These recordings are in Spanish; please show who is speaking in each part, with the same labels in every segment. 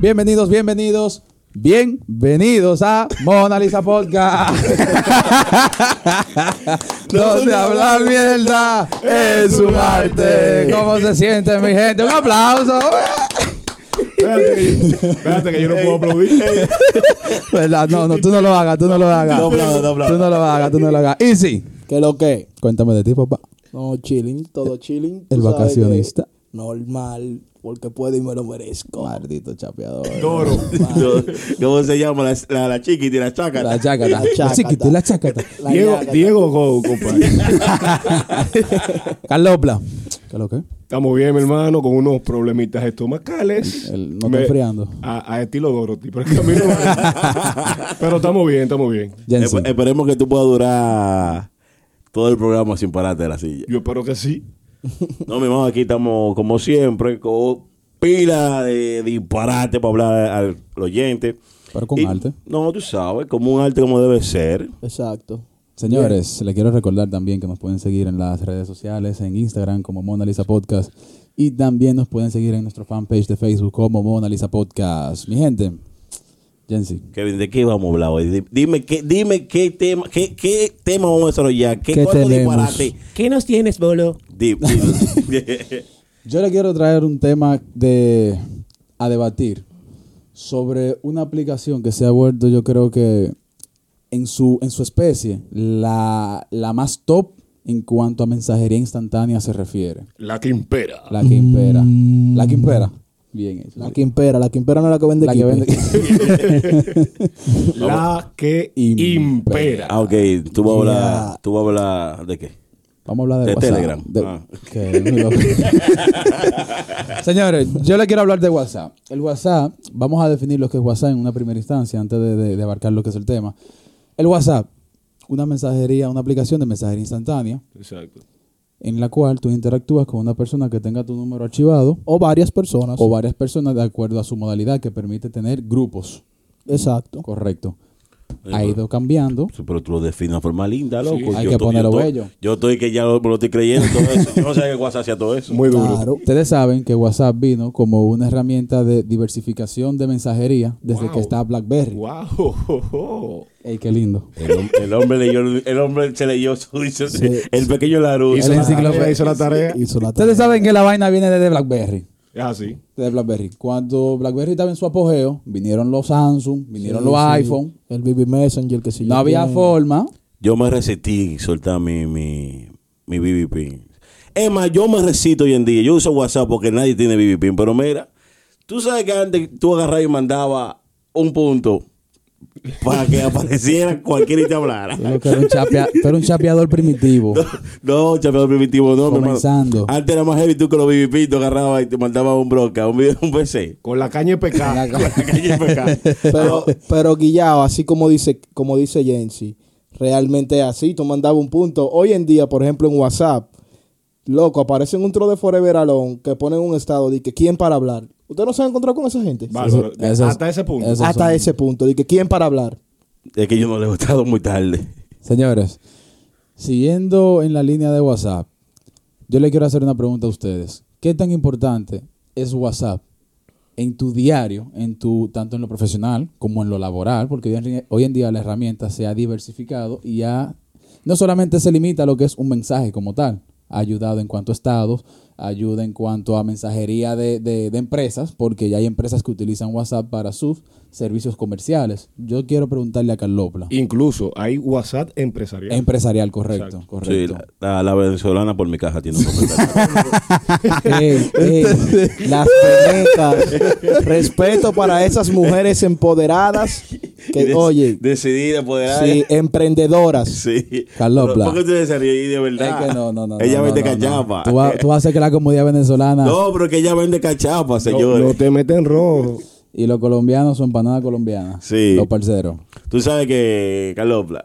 Speaker 1: Bienvenidos, bienvenidos, bienvenidos a Mona Lisa Podcast. Donde hablar mierda es un arte. ¿Cómo se sienten, mi gente? Un aplauso.
Speaker 2: Espérate que, yo- espérate que yo no puedo aplaudir. Ey,
Speaker 1: ¿Verdad? No, no, tú no lo hagas, tú no lo hagas.
Speaker 3: No aplaudas, no
Speaker 1: Tú
Speaker 3: aplaudas.
Speaker 1: no lo hagas, tú no lo hagas. Easy.
Speaker 3: ¿Qué lo que?
Speaker 1: Cuéntame de ti, papá.
Speaker 3: No, chilling, todo chilling.
Speaker 1: El
Speaker 3: Tú sabes
Speaker 1: vacacionista.
Speaker 3: que Normal, porque puedo y me lo merezco.
Speaker 1: Maldito chapeador.
Speaker 2: Toro.
Speaker 3: ¿Cómo se llama? La, la, chiquita y la chaca.
Speaker 1: La chácata. La
Speaker 3: chácata.
Speaker 1: chiquita, la chácata.
Speaker 2: Diego, Diego Go, compadre.
Speaker 1: Carlopla. ¿Qué es lo que?
Speaker 2: Estamos bien, mi hermano, con unos problemitas estomacales.
Speaker 1: El- no está enfriando.
Speaker 2: A, a estilo Dorothy, pero el camino va. Pero estamos bien, estamos bien.
Speaker 1: Jensen.
Speaker 3: esperemos que tú puedas durar todo el programa sin pararte de la silla.
Speaker 2: Yo espero que sí.
Speaker 3: No, mi hermano, aquí estamos como siempre con pila de disparate para hablar al, al oyente.
Speaker 1: Pero con
Speaker 3: Y-
Speaker 1: arte.
Speaker 3: No, tú sabes, como un arte como debe ser.
Speaker 4: Exacto.
Speaker 1: Señores, le quiero recordar también que nos pueden seguir en las redes sociales, en Instagram como Mona Lisa Podcast y también nos pueden seguir en nuestro fanpage de Facebook como Mona Lisa Podcast. Mi gente, Jensi,
Speaker 3: Kevin, ¿de qué vamos a hablar hoy? Di- Dime qué, dime qué tema, qué, qué tema vamos a desarrollar, qué,
Speaker 1: ¿Qué
Speaker 3: cuánto
Speaker 1: tenemos?
Speaker 3: disparate.
Speaker 5: ¿Qué nos tienes, Bolo?
Speaker 3: Di- di-
Speaker 1: yo le quiero traer un tema de a debatir sobre una aplicación que se ha vuelto, yo creo que en su, en su especie, la, la más top en cuanto a mensajería instantánea se refiere.
Speaker 2: La que impera.
Speaker 1: La que impera. La que impera. Bien hecho.
Speaker 4: La quimpera, la quimpera no es la que vende
Speaker 1: La que
Speaker 4: quipe.
Speaker 1: vende.
Speaker 2: La que
Speaker 1: Impera.
Speaker 2: impera.
Speaker 3: ah, ok, tú vas a hablar, tú vas a hablar de qué?
Speaker 1: Vamos a hablar de,
Speaker 3: De
Speaker 1: WhatsApp.
Speaker 3: Telegram.
Speaker 1: De-
Speaker 3: Ah.
Speaker 1: que muy loco. Señores, yo le quiero hablar de WhatsApp. El WhatsApp, vamos a definir lo que es WhatsApp en una primera instancia antes de, de- de abarcar lo que es el tema. El WhatsApp, una mensajería, una aplicación de mensajería instantánea
Speaker 2: Exacto.
Speaker 1: en la cual tú interactúas con una persona que tenga tu número archivado
Speaker 4: O varias personas.
Speaker 1: o varias personas de acuerdo a su modalidad que permite tener grupos.
Speaker 4: Exacto.
Speaker 1: Correcto. Ha ido cambiando.
Speaker 3: Sí, Pero tú lo defines de una forma linda, loco.
Speaker 1: Hay que
Speaker 3: Yo to- yo
Speaker 1: ponerlo
Speaker 3: to-
Speaker 1: bello.
Speaker 3: Yo estoy que ya lo- me lo estoy creyendo todo eso. Yo no sé qué WhatsApp hacía todo eso.
Speaker 2: Muy duro.
Speaker 4: Claro.
Speaker 1: Ustedes saben que WhatsApp vino como una herramienta de diversificación de mensajería desde
Speaker 2: Wow.
Speaker 1: que está BlackBerry.
Speaker 2: Wow.
Speaker 1: Ey, qué lindo.
Speaker 3: El, hom- el hombre leyó, el hombre se leyó su dice, el pequeño Laruso.
Speaker 2: Hizo la
Speaker 1: enciclopedia.
Speaker 2: tarea, hizo la tarea.
Speaker 4: Hizo la
Speaker 1: Ustedes
Speaker 4: tarea.
Speaker 1: saben que la vaina viene desde BlackBerry.
Speaker 2: Es así.
Speaker 1: Desde BlackBerry. Cuando BlackBerry estaba en su apogeo, vinieron los Samsung, vinieron los
Speaker 4: Sí, sí.
Speaker 1: iPhone.
Speaker 4: El BB Messenger que si
Speaker 1: No había forma.
Speaker 3: Yo me resistí soltar mi, mi, mi BB pin. Es más, yo me resisto hoy en día. Yo uso WhatsApp porque nadie tiene BB pin. Pero mira, tú sabes que antes tú agarrabas y mandabas un punto para que apareciera cualquiera y te hablara.
Speaker 1: Yo creo que era un, chapea- tú eras un chapeador primitivo.
Speaker 3: No, chapeador primitivo, no, mi hermano.
Speaker 1: Comenzando.
Speaker 3: Antes era más heavy tú que los BB pin, tú agarrabas y te mandabas un broca, un, video- un PC.
Speaker 2: Con la caña de pecado.
Speaker 3: Con la calle para acá.
Speaker 4: Pero, pero Guillao, así como dice, como dice Jensi, realmente es así. Tú mandabas un punto. Hoy en día, por ejemplo, en WhatsApp, loco, aparece en un tro de Forever Alone que ponen un estado de que quién para hablar. ¿Usted no se ha encontrado con esa gente?
Speaker 2: Bárbaro.
Speaker 1: Eso-
Speaker 2: Hasta ese punto.
Speaker 1: eso- esos
Speaker 4: Hasta
Speaker 1: son-
Speaker 4: ese punto, de que quién para hablar.
Speaker 3: Es que yo no le he gustado muy tarde.
Speaker 1: Señores, siguiendo en la línea de WhatsApp, yo le quiero hacer una pregunta a ustedes. ¿Qué tan importante es WhatsApp en tu diario, en tu tanto en lo profesional como en lo laboral? Porque hoy en- hoy en día la herramienta se ha diversificado y ya no solamente se limita a lo que es un mensaje como tal, ha ayudado en cuanto a estados, ayuda en cuanto a mensajería de, de- de empresas, porque ya hay empresas que utilizan WhatsApp para sus servicios comerciales. Yo quiero preguntarle a Carlopla.
Speaker 2: Incluso hay WhatsApp empresarial.
Speaker 1: Empresarial, correcto,
Speaker 2: Exacto.
Speaker 3: Sí,
Speaker 1: correcto.
Speaker 3: la, la- la venezolana por mi caja tiene un comentario.
Speaker 1: Ey, ey,
Speaker 4: Las penecas. Respeto para esas mujeres empoderadas que,
Speaker 3: Des-
Speaker 4: oye,
Speaker 3: Decidí apoderar.
Speaker 4: sí, emprendedoras.
Speaker 3: Sí.
Speaker 1: eh, Carlos
Speaker 3: Pero,
Speaker 1: Blas.
Speaker 3: ¿Por qué ustedes se ríen? De verdad.
Speaker 1: es que no, no, no.
Speaker 3: Ella
Speaker 1: no,
Speaker 3: vende
Speaker 1: no, no.
Speaker 3: cachapa.
Speaker 1: Tú, vas- tú vas a hacer que la comunidad venezolana
Speaker 3: No, pero que ella vende cachapa,
Speaker 2: No,
Speaker 3: señores.
Speaker 2: no te meten rojo.
Speaker 1: y los colombianos son empanadas colombianas.
Speaker 3: Sí.
Speaker 1: Los parceros.
Speaker 3: Tú sabes que, Carlos Blas,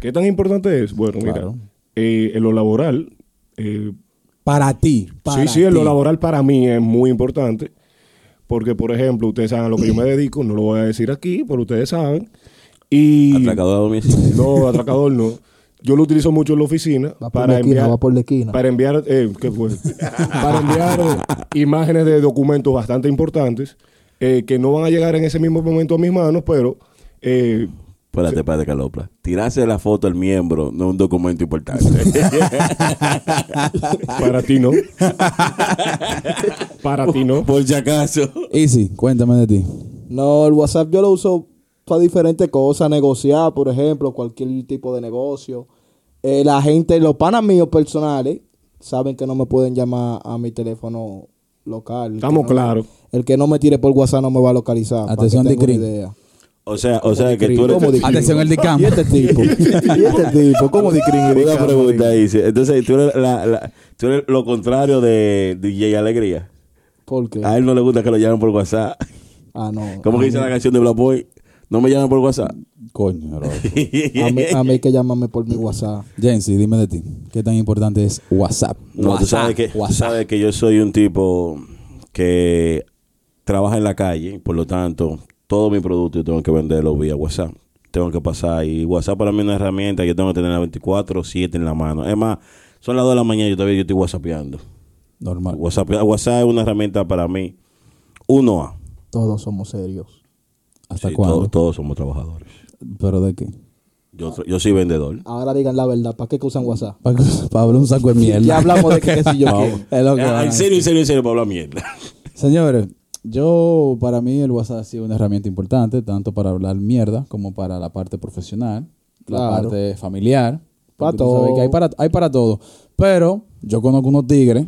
Speaker 2: ¿Qué tan importante es? Bueno,
Speaker 1: Claro.
Speaker 2: mira, eh, en lo laboral, eh,
Speaker 1: Para ti. para
Speaker 2: sí, sí, en lo
Speaker 1: ti.
Speaker 2: laboral para mí es muy importante, porque por ejemplo, ustedes saben a lo que yo me dedico, no lo voy a decir aquí, pero ustedes saben, y...
Speaker 3: atracador a domicilio.
Speaker 2: No, atracador no. Yo lo utilizo mucho en la oficina
Speaker 4: Va por
Speaker 2: para
Speaker 4: la esquina,
Speaker 2: enviar,
Speaker 4: va por la esquina.
Speaker 2: para enviar, eh, ¿qué fue? para enviar eh, imágenes de documentos bastante importantes eh, que no van a llegar en ese mismo momento a mis manos, pero eh,
Speaker 3: Espérate, espérate, Calopla. Tirarse la foto al miembro no es un documento importante.
Speaker 2: para ti no. para ti no.
Speaker 3: Por si acaso.
Speaker 1: Easy, cuéntame de ti.
Speaker 4: No, el WhatsApp yo lo uso para diferentes cosas, negociar, por ejemplo, cualquier tipo de negocio. Eh, la gente, los panas míos personales, saben que no me pueden llamar a mi teléfono local. El que
Speaker 2: Estamos
Speaker 4: no-
Speaker 2: claros.
Speaker 4: El que no me tire por WhatsApp no me va a localizar. para
Speaker 1: Atención,
Speaker 4: que tenga
Speaker 1: Dicrin.
Speaker 4: una idea.
Speaker 3: O sea, o sea que tú eres.
Speaker 4: ¿Cómo Dicrin?
Speaker 1: Atención, el Dicam.
Speaker 4: ¿Y este tipo? ¿Y este tipo? ¿Cómo Dicrin? y
Speaker 3: Una
Speaker 4: Dicam?
Speaker 3: pregunta dice. Entonces, tú eres, la- la- tú eres lo contrario de DJ Alegría.
Speaker 4: ¿Por qué?
Speaker 3: A él no le gusta que lo llamen por WhatsApp.
Speaker 4: Ah, no.
Speaker 3: ¿Cómo que dice la canción de Black Boy? No me llamen por WhatsApp.
Speaker 1: Coño, loco.
Speaker 4: A mí, a mí hay que llamarme por mi WhatsApp.
Speaker 1: Jensi, dime de ti. ¿Qué tan importante es WhatsApp?
Speaker 3: No, tú sabes, que, tú sabes que yo soy un tipo que trabaja en la calle, por lo tanto, todo mi producto yo tengo que venderlo vía WhatsApp. Tengo que pasar y WhatsApp para mí es una herramienta que yo tengo que tener la 24-7 en la mano. Es más, son las 2 de la mañana y yo todavía yo estoy WhatsAppeando.
Speaker 1: Normal.
Speaker 3: WhatsApp, WhatsApp es una herramienta para mí. Uno a.
Speaker 4: Todos somos serios.
Speaker 1: ¿Hasta
Speaker 3: Sí,
Speaker 1: cuándo?
Speaker 3: todos, todos somos trabajadores.
Speaker 1: ¿Pero de qué?
Speaker 3: Yo, tra- yo soy vendedor.
Speaker 4: Ahora digan la verdad. ¿Para qué que usan WhatsApp?
Speaker 1: Para hablar un saco de Mm. mierda.
Speaker 4: Ya hablamos de que qué sé yo qué.
Speaker 1: Vamos. Es lo que
Speaker 3: Ah,
Speaker 1: van a
Speaker 3: en serio, en serio, en serio, para hablar mierda.
Speaker 1: Señores, yo para mí el WhatsApp ha sido una herramienta importante, tanto para hablar mierda como para la parte profesional,
Speaker 4: Claro.
Speaker 1: la parte familiar.
Speaker 4: Pa'
Speaker 1: porque tú sabes
Speaker 4: todo.
Speaker 1: que Hay para, hay para todo. Pero yo conozco unos tigres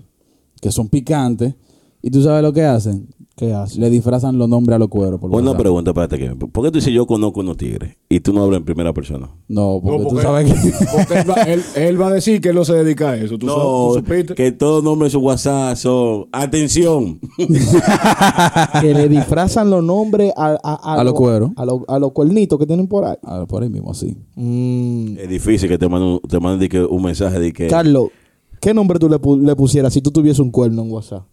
Speaker 1: que son picantes y tú sabes lo que hacen.
Speaker 4: ¿Qué hace?
Speaker 1: Le disfrazan los nombres a los cueros. Por
Speaker 3: Una
Speaker 1: WhatsApp.
Speaker 3: pregunta, espérate. que- ¿Por qué tú dices yo conozco unos tigres y tú no hablas en primera persona?
Speaker 1: No, porque,
Speaker 2: No, porque-
Speaker 1: tú sabes que...
Speaker 2: porque él, va, él- él va a decir que él no se dedica a eso. Tú,
Speaker 3: No,
Speaker 2: sab- tú supiste.
Speaker 3: que todos los nombres de su WhatsApp son. ¡Atención!
Speaker 4: que le disfrazan los nombres a, a,
Speaker 1: A los cueros.
Speaker 4: A, los- a los cuernitos que tienen por ahí.
Speaker 1: Ah, por ahí mismo, sí.
Speaker 4: Mm.
Speaker 3: es difícil que te manden un- te manden de que un mensaje de
Speaker 1: Eh.
Speaker 3: que.
Speaker 4: Carlos, ¿qué nombre tú le, pu- le pusieras si tú tuviese un cuerno en WhatsApp?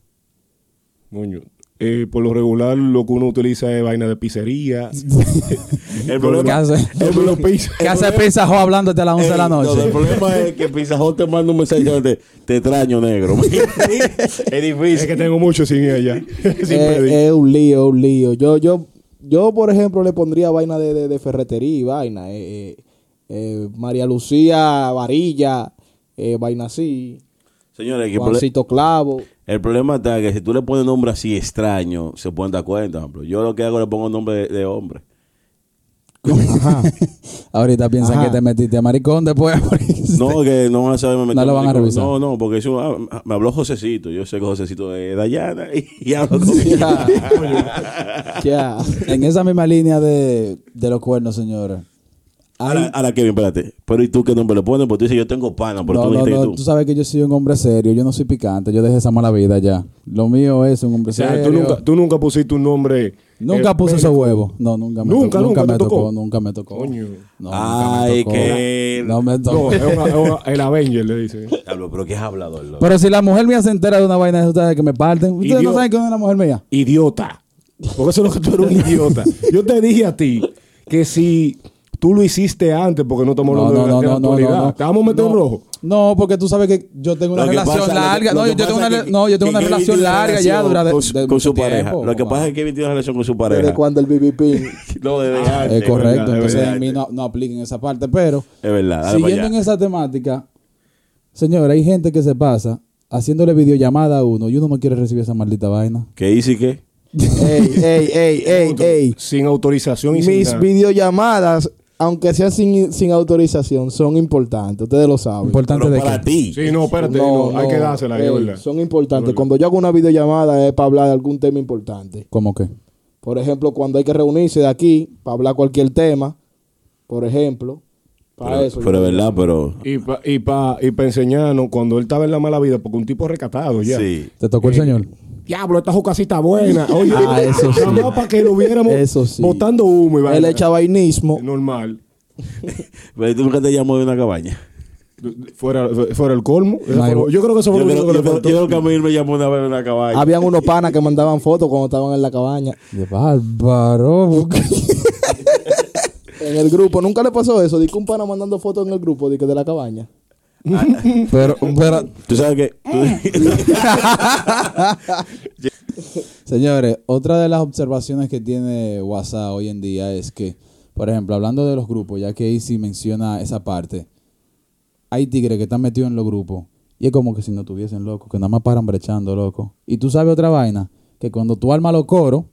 Speaker 2: Coño, eh, por lo regular, lo que uno utiliza es vaina de pizzería.
Speaker 3: el problema,
Speaker 1: ¿Qué hace,
Speaker 2: Él me lo pisa.
Speaker 1: ¿Qué hace Pizza Hut hablándote a las 11 de la
Speaker 3: el- Eh, no, el
Speaker 1: noche?
Speaker 3: problema es que Pizajón te manda un mensaje de te extraño, negro. es
Speaker 2: Es
Speaker 3: difícil.
Speaker 2: que tengo mucho sin ella. sin
Speaker 4: Eh, Es
Speaker 2: pedir.
Speaker 4: un lío, un lío. Yo, yo, yo, por ejemplo, le pondría vaina de, de- de ferretería y vaina. eh, eh, eh, María Lucía Varilla, eh, vaina así.
Speaker 3: Señores, que el, prole-
Speaker 4: Juancito Clavo.
Speaker 3: el problema está que si tú le pones nombre así extraño, se pueden dar cuenta. Por ejemplo, yo lo que hago le pongo nombre de, de hombre.
Speaker 4: Ajá.
Speaker 1: Ahorita piensan
Speaker 4: Ajá.
Speaker 1: que te metiste a maricón después.
Speaker 3: No, que no van a saber. me metí
Speaker 1: No lo
Speaker 3: en
Speaker 1: van a
Speaker 3: maricón.
Speaker 1: revisar.
Speaker 3: No, no, porque eso, ah, me habló Josecito. Yo sé que Josecito es Dayana y, y hablo con
Speaker 4: Ya. Ya.
Speaker 1: en esa misma línea de, de los cuernos, señores.
Speaker 3: Ahora, ahora, Kevin, espérate. Pero ¿y tú qué nombre le pones? Porque tú dices, yo tengo pana, pero
Speaker 1: no,
Speaker 3: tú
Speaker 1: no,
Speaker 3: dijiste
Speaker 1: no,
Speaker 3: que
Speaker 1: tú
Speaker 3: tú.
Speaker 1: sabes que yo soy un hombre serio, yo no soy picante, yo dejé esa mala vida ya. Lo mío es un hombre
Speaker 2: O sea,
Speaker 1: serio.
Speaker 2: tú nunca, tú nunca pusiste un nombre.
Speaker 1: eh, Nunca
Speaker 2: eh,
Speaker 1: puse esos huevos. No, nunca me
Speaker 2: Nunca,
Speaker 1: tocó.
Speaker 2: nunca
Speaker 1: me
Speaker 2: te
Speaker 1: tocó.
Speaker 2: tocó.
Speaker 1: Nunca me tocó.
Speaker 2: Coño.
Speaker 1: No, nunca me
Speaker 3: Ay,
Speaker 1: tocó.
Speaker 3: que-
Speaker 1: No me
Speaker 2: No,
Speaker 1: tocó.
Speaker 2: es una- es una- el Avenger, le dice.
Speaker 3: Diablo, pero ¿qué es hablador, loco?
Speaker 1: Pero si la mujer mía se entera de una vaina de ustedes que me parten, ustedes no
Speaker 2: Idiota.
Speaker 1: saben que es la mujer mía.
Speaker 2: Idiota. Porque eso es lo que tú eres un idiota. Yo te dije a ti que si tú lo hiciste antes, porque no estamos hablando de la- de la actualidad. Te vamos a meter
Speaker 1: No,
Speaker 2: en rojo.
Speaker 1: No, porque tú sabes que yo tengo una
Speaker 3: Lo que
Speaker 1: relación
Speaker 3: pasa- lo que-
Speaker 1: larga.
Speaker 3: lo
Speaker 1: no,
Speaker 3: que
Speaker 1: yo tengo
Speaker 3: pasa
Speaker 1: una,
Speaker 3: es que-
Speaker 1: no, yo tengo
Speaker 3: que
Speaker 1: una
Speaker 3: Kevin
Speaker 1: relación
Speaker 3: tiene una
Speaker 1: larga ya
Speaker 3: relación
Speaker 1: dura de,
Speaker 3: con,
Speaker 1: de
Speaker 3: con su
Speaker 1: mucho
Speaker 3: pareja.
Speaker 1: tiempo,
Speaker 3: Lo que
Speaker 1: papá.
Speaker 3: pasa es que Kevin tiene una relación con su
Speaker 4: Desde
Speaker 3: pareja.
Speaker 4: cuando el BBP.
Speaker 3: No, de verdad.
Speaker 1: Es correcto,
Speaker 2: verdad, es
Speaker 1: entonces
Speaker 2: verdad.
Speaker 1: en mí no, no apliquen esa parte, pero
Speaker 3: Es verdad, dale para
Speaker 1: siguiendo en
Speaker 3: allá.
Speaker 1: esa temática, señor, hay gente que se pasa haciéndole videollamada a uno y uno no quiere recibir esa maldita vaina.
Speaker 3: ¿Qué hice qué?
Speaker 4: ey, ey, ey, ey, ey.
Speaker 2: Sin autorización y sin
Speaker 4: Mis
Speaker 2: nada.
Speaker 4: videollamadas, aunque sean sin, sin autorización, son importantes. Ustedes lo saben.
Speaker 1: Importante
Speaker 3: Pero
Speaker 1: de
Speaker 3: para
Speaker 1: que-
Speaker 3: ti.
Speaker 2: Sí, no, espérate.
Speaker 4: No,
Speaker 2: no, hay
Speaker 4: no,
Speaker 2: que dársela, es
Speaker 4: ey,
Speaker 2: verdad.
Speaker 4: Son importantes. Cuando yo hago una videollamada es para hablar de algún tema importante.
Speaker 1: ¿Cómo que?
Speaker 4: Por ejemplo, cuando hay que reunirse de aquí para hablar cualquier tema, por ejemplo, para
Speaker 3: Pero,
Speaker 4: eso.
Speaker 3: pero
Speaker 4: yo-
Speaker 3: es verdad, pero.
Speaker 2: Y para y pa, y pa enseñarnos, cuando él estaba en la mala vida, porque un tipo recatado ya.
Speaker 3: Sí.
Speaker 1: ¿Te tocó el señor?
Speaker 2: Diablo, esta jucasita buena. Oye,
Speaker 4: Ah, eso sí.
Speaker 2: nada más para que lo viéramos
Speaker 4: Eso sí.
Speaker 2: botando humo y
Speaker 4: Él
Speaker 2: vaina.
Speaker 4: echa vainismo.
Speaker 2: Normal.
Speaker 3: Pero tú nunca te llamó de una cabaña.
Speaker 2: Fuera, fuera el colmo. Eso
Speaker 1: Ay,
Speaker 2: fue- yo creo que eso
Speaker 3: Yo
Speaker 2: fue lo
Speaker 3: creo,
Speaker 2: único que
Speaker 3: yo
Speaker 2: le
Speaker 3: creo-
Speaker 2: faltó.
Speaker 3: yo creo que a mí me llamó una vez de una cabaña.
Speaker 4: Habían unos panas que mandaban fotos cuando estaban en la cabaña.
Speaker 1: De bárbaro.
Speaker 4: En el grupo, nunca le pasó eso. Dice un pana mandando fotos en el grupo de, que de la cabaña.
Speaker 1: Pero, pero,
Speaker 3: Tú sabes que. tú-
Speaker 1: Señores, otra de las observaciones que tiene WhatsApp hoy en día es que, por ejemplo, hablando de los grupos, ya que Easy menciona esa parte, hay tigres que están metidos en los grupos y es como que si no tuviesen loco, que nada más paran brechando, loco. Y tú sabes otra vaina, que cuando tú armas los coros,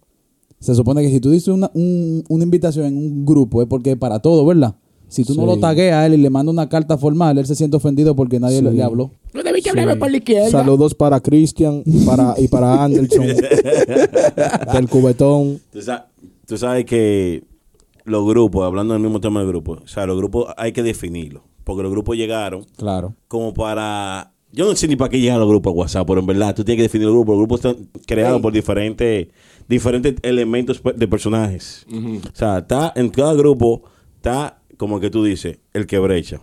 Speaker 1: se supone que si tú dices una, un- una invitación en un grupo es porque es para todo, ¿verdad? Si tú no
Speaker 4: Sí.
Speaker 1: lo tagueas a él y le mandas una carta formal, él se siente ofendido porque nadie le, le habló.
Speaker 5: No debiste hablarme por la izquierda.
Speaker 4: Saludos para Christian y para, y para Anderson del cubetón.
Speaker 3: Tú, sa- tú sabes que los grupos, hablando del mismo tema del grupo, o sea, los grupos hay que definirlos. Porque los grupos llegaron
Speaker 1: Claro.
Speaker 3: como para. Yo no sé ni para qué llegan los grupos a WhatsApp, pero en verdad tú tienes que definir el grupo. Los grupos están creados por diferentes, diferentes elementos pe- de personajes. O sea, está en cada grupo, está como el que tú dices, el que brecha.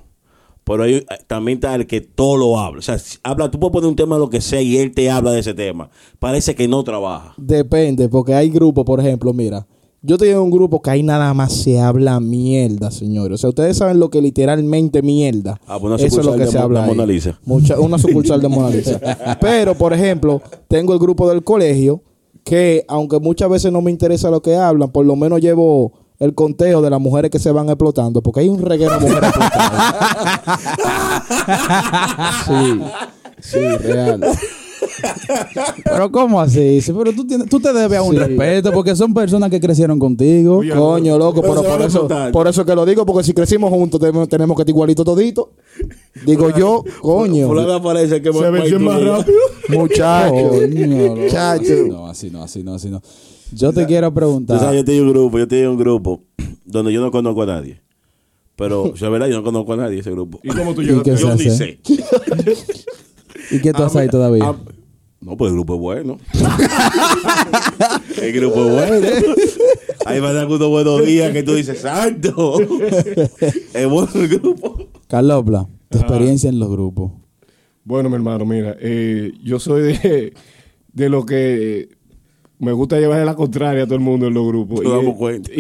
Speaker 3: Pero ahí, eh, también está el que todo lo habla. O sea, si habla, tú puedes poner un tema de lo que sea y él te habla de ese tema. Parece que no trabaja.
Speaker 4: Depende, porque hay grupos, por ejemplo, mira. Yo tenía un grupo que ahí nada más se habla mierda, señores. O sea, ustedes saben lo que literalmente mierda.
Speaker 3: Ah, pues una
Speaker 4: Eso es lo
Speaker 3: sucursal
Speaker 4: que
Speaker 3: de
Speaker 4: se
Speaker 3: Mo-
Speaker 4: habla.
Speaker 3: de
Speaker 4: ahí.
Speaker 3: Mona Lisa.
Speaker 4: Mucha- una sucursal de Mona Lisa. Pero, por ejemplo, tengo el grupo del colegio que, aunque muchas veces no me interesa lo que hablan, por lo menos llevo el conteo de las mujeres que se van explotando, porque hay un reguero de mujeres explotadas.
Speaker 1: Sí, sí, real. Pero ¿cómo así? Sí, Pero tú, tienes, tú te debes a un
Speaker 4: Sí.
Speaker 1: respeto porque son personas que crecieron contigo.
Speaker 2: Oye,
Speaker 4: Coño, loco,
Speaker 3: Pero
Speaker 4: pero
Speaker 3: se van
Speaker 4: por
Speaker 3: a
Speaker 4: eso,
Speaker 3: explotar.
Speaker 4: por eso que lo digo, porque si crecimos juntos tenemos, tenemos que estar igualito todito. Digo yo, coño.
Speaker 3: Fulana parece que
Speaker 2: Se venció
Speaker 3: tú
Speaker 2: más
Speaker 3: llegas.
Speaker 2: rápido.
Speaker 4: Muchacho.
Speaker 1: Coño, loco.
Speaker 4: Chacho.
Speaker 1: No, así no, así no, así no. Yo te quiero
Speaker 3: Tú sabes,
Speaker 1: preguntar.
Speaker 3: yo tenía un grupo, yo tenía un grupo donde yo no conozco a nadie. Pero, o sea, verdad, yo no conozco a nadie ese grupo.
Speaker 2: ¿Y cómo tú
Speaker 1: ¿Y
Speaker 2: llegaste?
Speaker 1: qué se
Speaker 3: Yo ni
Speaker 1: hace?
Speaker 3: sé.
Speaker 1: ¿Y qué tú haces ahí todavía?
Speaker 3: Ah, no, pues el grupo es bueno. el grupo es bueno. Ahí van algunos buenos días que tú dices, ¡santo! es bueno el grupo.
Speaker 1: Carlopla, tu
Speaker 2: ah.
Speaker 1: experiencia en los grupos.
Speaker 2: Bueno, mi hermano, mira, eh, yo soy de, de lo que me gusta llevar la contraria a todo el mundo en los grupos.
Speaker 3: Nos
Speaker 2: Y,
Speaker 3: damos
Speaker 2: eh,
Speaker 3: cuenta.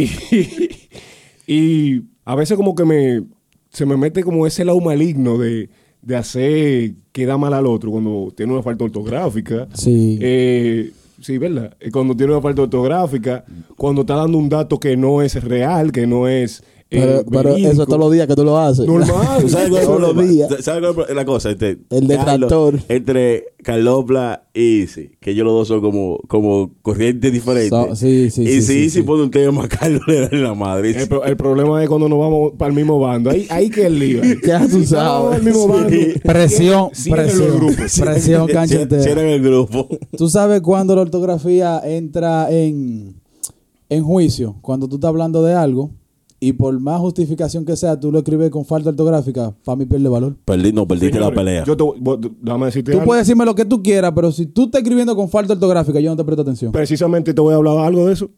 Speaker 2: Y, y a veces como que me se me mete como ese lado maligno de, de hacer queda mal al otro cuando tiene una falta ortográfica.
Speaker 1: Sí.
Speaker 2: Eh, sí, ¿verdad? Eh, Cuando tiene una falta ortográfica, cuando está dando un dato que no es real, que no es... eh,
Speaker 4: Pero, pero eso
Speaker 2: verídico.
Speaker 4: todos los días que tú lo haces.
Speaker 2: Normal.
Speaker 3: ¿Tú sabes cuál es el
Speaker 4: Todos los
Speaker 3: problema?
Speaker 4: días.
Speaker 3: ¿Tú ¿Sabes cuál es la cosa? Este,
Speaker 4: El detractor.
Speaker 3: Carlos- Entre Carlopla y Easy, que ellos los dos son como, como corrientes diferentes.
Speaker 1: So- sí, sí,
Speaker 3: y
Speaker 1: sí,
Speaker 3: si
Speaker 1: sí,
Speaker 3: Easy
Speaker 1: sí.
Speaker 3: pone un tema, Carlos le da en la madre.
Speaker 2: El, pro- el problema es cuando nos vamos para el mismo bando. Ahí, ahí que el lío.
Speaker 4: Ya tú
Speaker 2: Si vamos
Speaker 4: sabes.
Speaker 2: al mismo bando,
Speaker 1: Presión,
Speaker 2: cierren los
Speaker 1: presión,
Speaker 2: grupos.
Speaker 1: presión
Speaker 3: Si
Speaker 1: canchetera.
Speaker 3: era en el grupo.
Speaker 1: ¿Tú sabes cuándo la ortografía entra en, en juicio? Cuando tú estás hablando de algo y por más justificación que sea, tú lo escribes con falta ortográfica, para mí pierde valor.
Speaker 3: Perdí, no, perdiste la pelea.
Speaker 2: Yo te, voy- voy- déjame decirte
Speaker 1: Tú
Speaker 2: algo.
Speaker 1: puedes decirme lo que tú quieras, pero si tú estás escribiendo con falta ortográfica, yo no te presto atención.
Speaker 2: Precisamente te voy a hablar algo de eso.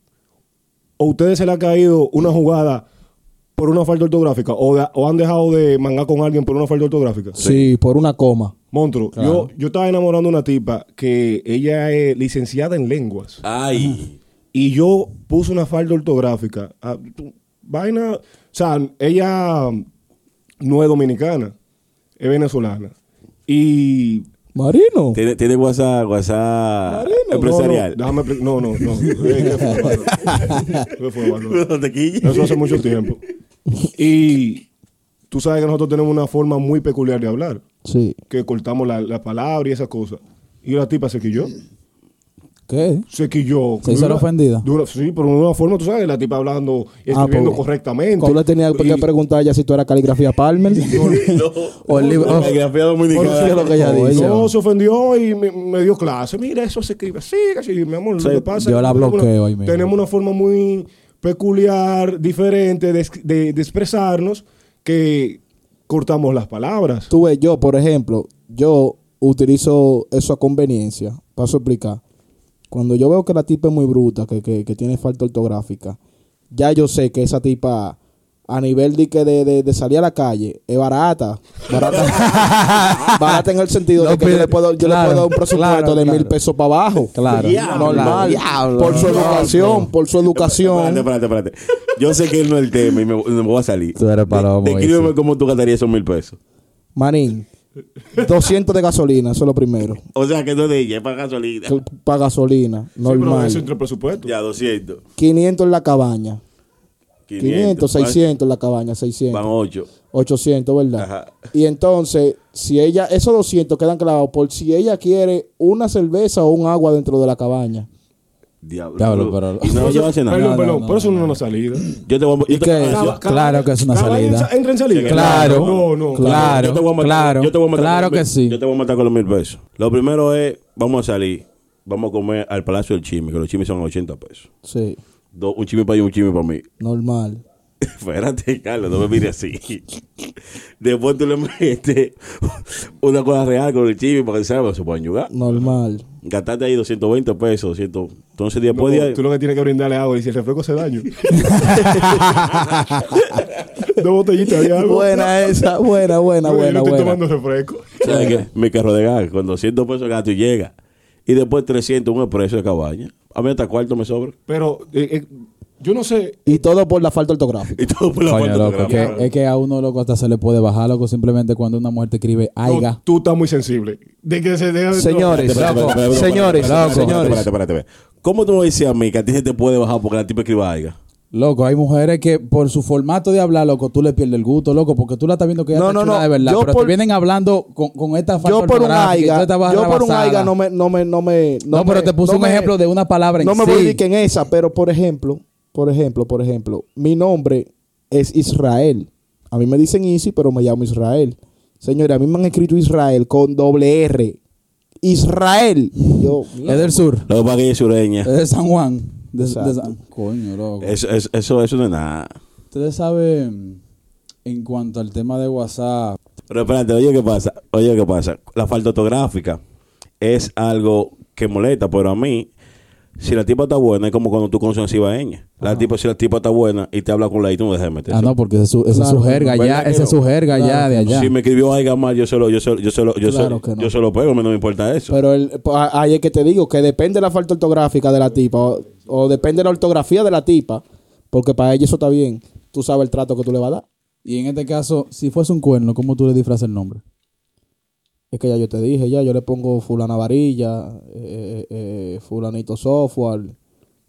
Speaker 2: ¿O a ustedes se le ha caído una jugada por una falta ortográfica? ¿O, de- o han dejado de mangar con alguien por una falta ortográfica?
Speaker 4: Sí, por una coma.
Speaker 2: Monstruo, yo, yo estaba enamorando a una tipa que ella es licenciada en lenguas.
Speaker 3: Ay.
Speaker 2: Y yo puse una falda ortográfica. Ah, tú- Vaina. O sea, ella no es dominicana, es venezolana. Y.
Speaker 4: Marino.
Speaker 3: Tiene, tiene WhatsApp, WhatsApp
Speaker 2: No,
Speaker 3: empresarial.
Speaker 2: No, no, déjame. pre- No, no, no. Eh, ¿qué fue, Barro? ¿Qué fue, Barro?
Speaker 3: Te quilla.
Speaker 2: Eso hace mucho tiempo. Y tú sabes que nosotros tenemos una forma muy peculiar de hablar,
Speaker 4: Sí.
Speaker 2: que cortamos la, la palabra y esas cosas. Y la tipa se quilló.
Speaker 1: ¿Qué?
Speaker 2: Se quilló.
Speaker 1: ¿Se hizo la
Speaker 2: Dura-
Speaker 1: ofendida?
Speaker 2: dura- sí, pero de una forma, tú sabes, la tipa hablando y
Speaker 4: Ah,
Speaker 2: escribiendo
Speaker 4: pues.
Speaker 2: correctamente.
Speaker 4: Tú le tenías
Speaker 2: Y-
Speaker 4: que preguntar ya si tú eras caligrafía Palmer. o el libro.
Speaker 3: La grafía dominicana.
Speaker 4: Por lo que ella
Speaker 2: No,
Speaker 4: dice. "Oh".
Speaker 2: se ofendió y me, me dio clase. Mira, eso se escribe así, así, mi amor.
Speaker 3: Sí,
Speaker 2: lo que pasa
Speaker 1: yo
Speaker 2: es que
Speaker 1: la
Speaker 2: tenemos
Speaker 1: bloqueo
Speaker 2: una-
Speaker 1: ahí mismo.
Speaker 2: Tenemos una forma muy peculiar, diferente de, es- de- de expresarnos que cortamos las palabras.
Speaker 4: Tú ves, yo, por ejemplo, yo utilizo eso a conveniencia. Paso a explicar. Cuando yo veo que la tipa es muy bruta, que, que- que tiene falta ortográfica, ya yo sé que esa tipa a nivel de, que de, de- de salir a la calle es barata. Barata, barata en el sentido
Speaker 1: No
Speaker 4: de que yo
Speaker 1: pide-
Speaker 4: le puedo, yo
Speaker 1: claro,
Speaker 4: le puedo dar un presupuesto
Speaker 1: claro,
Speaker 4: de mil
Speaker 1: claro.
Speaker 4: pesos para abajo.
Speaker 1: Claro.
Speaker 3: Diablo,
Speaker 4: Normal.
Speaker 1: diablo,
Speaker 4: por su
Speaker 1: diablo.
Speaker 4: educación, por su
Speaker 3: Espérate,
Speaker 4: educación.
Speaker 3: espérate, espérate. Yo sé que él no es el tema y me, me voy a salir.
Speaker 1: Tú eres palomo,
Speaker 3: De- Descríbeme
Speaker 1: ese.
Speaker 3: cómo tú gastarías esos mil pesos.
Speaker 4: Manín, 200 de gasolina, eso es lo primero.
Speaker 3: O sea, que no es de ella, es para gasolina.
Speaker 4: Para gasolina,
Speaker 2: pero
Speaker 4: normal.
Speaker 2: eso entra el presupuesto.
Speaker 3: Ya, 200.
Speaker 4: 500 en la cabaña.
Speaker 3: 500,
Speaker 4: 500, 600 en la cabaña,
Speaker 3: Van
Speaker 4: 600.
Speaker 3: 8.
Speaker 4: 800, ¿verdad?
Speaker 3: Ajá.
Speaker 4: Y entonces, si ella, esos 200 quedan clavados por si ella quiere una cerveza o un agua dentro de la cabaña.
Speaker 3: Diablo.
Speaker 1: Diablo, pero-
Speaker 3: Y no llevas nada.
Speaker 2: Perdón,
Speaker 1: no,
Speaker 2: perdón,
Speaker 1: no,
Speaker 2: por eso
Speaker 1: no,
Speaker 2: no es una salida.
Speaker 3: Yo te voy a.
Speaker 1: ¿Y
Speaker 3: yo te-
Speaker 1: qué?
Speaker 3: yo-
Speaker 1: Claro que es una
Speaker 2: Cabaña
Speaker 1: salida.
Speaker 2: entra- Entra en salida.
Speaker 1: Claro,
Speaker 2: No, no.
Speaker 1: claro,
Speaker 3: yo te voy a matar-
Speaker 1: claro,
Speaker 3: yo te voy a matar
Speaker 1: claro
Speaker 3: con los
Speaker 1: que
Speaker 3: mil-
Speaker 1: sí.
Speaker 3: Yo te voy a matar con los mil pesos. Lo primero es, vamos a salir, vamos a comer al Palacio del Chimi, que los chimis son 80 pesos.
Speaker 4: Sí,
Speaker 3: Do- un chimi para yo, un chimi para mí.
Speaker 4: normal.
Speaker 3: Espérate, Carlos, no me mires así. Después tú le metes una cosa real con el chimi para que salga, se puedan jugar.
Speaker 4: Normal.
Speaker 3: Gastaste ahí 220 pesos, 200. Entonces
Speaker 2: No,
Speaker 3: después de ahí-
Speaker 2: tú lo que tienes que brindarle es agua y si el refresco hace daño. Dos botellitas de agua.
Speaker 4: Buena esa, buena, buena,
Speaker 2: Yo
Speaker 4: buena,
Speaker 2: no estoy
Speaker 4: buena.
Speaker 2: tomando refresco.
Speaker 3: ¿Sabes qué? Mi carro de gas, con 200 pesos gasto y llega. Y después 300, un precio de cabaña. A mí hasta cuarto me sobra.
Speaker 2: Pero eh, eh, yo no sé.
Speaker 4: Y todo por la falta ortográfica.
Speaker 3: Y todo por la
Speaker 1: Coño,
Speaker 3: falta de
Speaker 1: loco,
Speaker 3: grama.
Speaker 1: que- es que a uno loco hasta se le puede bajar, loco, simplemente cuando una mujer te escribe
Speaker 2: no,
Speaker 1: aiga.
Speaker 2: tú estás muy sensible. De que se deja-
Speaker 4: Señores.
Speaker 3: Espérate, espérate, espérate, espérate, espérate,
Speaker 4: Señores,
Speaker 3: espérate,
Speaker 4: señores.
Speaker 3: espérate, espérate, espérate. ¿Cómo tú me dices a mí que a ti se te puede bajar porque la tipa escriba algo?
Speaker 1: Loco, hay mujeres que por su formato de hablar, loco, tú le pierdes el gusto, loco, porque tú la estás viendo que ella
Speaker 4: No,
Speaker 1: está
Speaker 4: no,
Speaker 1: chula
Speaker 4: no,
Speaker 1: de verdad,
Speaker 4: yo
Speaker 1: pero te
Speaker 4: por-
Speaker 1: vienen hablando con, con esta falta
Speaker 4: Yo por un
Speaker 1: ortográfica y toda
Speaker 4: aiga,
Speaker 1: esta barra
Speaker 4: yo por un
Speaker 1: basada.
Speaker 4: aiga no me, no me, no me,
Speaker 1: No,
Speaker 4: me-
Speaker 1: pero te puse
Speaker 4: no
Speaker 1: un
Speaker 4: me-
Speaker 1: ejemplo de una palabra en
Speaker 4: No me voy a
Speaker 1: sí.
Speaker 4: decir que en esa, pero por ejemplo, por ejemplo, por ejemplo, mi nombre es Israel. A mí me dicen Easy, pero me llamo Israel. Señores, a mí me han escrito Israel con doble R. Israel. Yo,
Speaker 1: Es del sur,
Speaker 3: Lo que pasa es que ella es sureña.
Speaker 1: es de San Juan. De, de
Speaker 4: Exacto.
Speaker 1: San- Coño, loco.
Speaker 3: Eso, eso, eso, eso no es nada.
Speaker 1: Ustedes saben, en cuanto al tema de WhatsApp,
Speaker 3: Pero espérate, oye, ¿qué pasa? Oye, ¿qué pasa? La falta ortográfica es algo que molesta, pero a mí, si la tipa está buena, es como cuando tú con ella. La tipa, si la tipa está buena y te habla con la y tú no dejas de meter.
Speaker 1: ah, no, porque esa es su, esa es su
Speaker 4: Claro,
Speaker 1: jerga
Speaker 3: ¿verdad
Speaker 1: ya,
Speaker 3: que
Speaker 1: esa es
Speaker 3: no?
Speaker 1: su jerga ya de allá.
Speaker 3: Si me escribió algo mal, yo se lo, yo se lo- yo se lo, yo se
Speaker 1: Claro
Speaker 3: lo-
Speaker 1: que no.
Speaker 3: yo se lo pego, a mí no me importa eso.
Speaker 4: Pero el, pa- ahí es que te digo que depende de la falta ortográfica de la tipa o, o depende de la ortografía de la tipa, porque para ella eso está bien. Tú sabes el trato que tú le vas a dar.
Speaker 1: Y en este caso, si fuese un cuerno, ¿cómo tú le disfrazas el nombre?
Speaker 4: Es que ya yo te dije, ya yo le pongo fulana varilla, eh, eh, eh, fulanito software,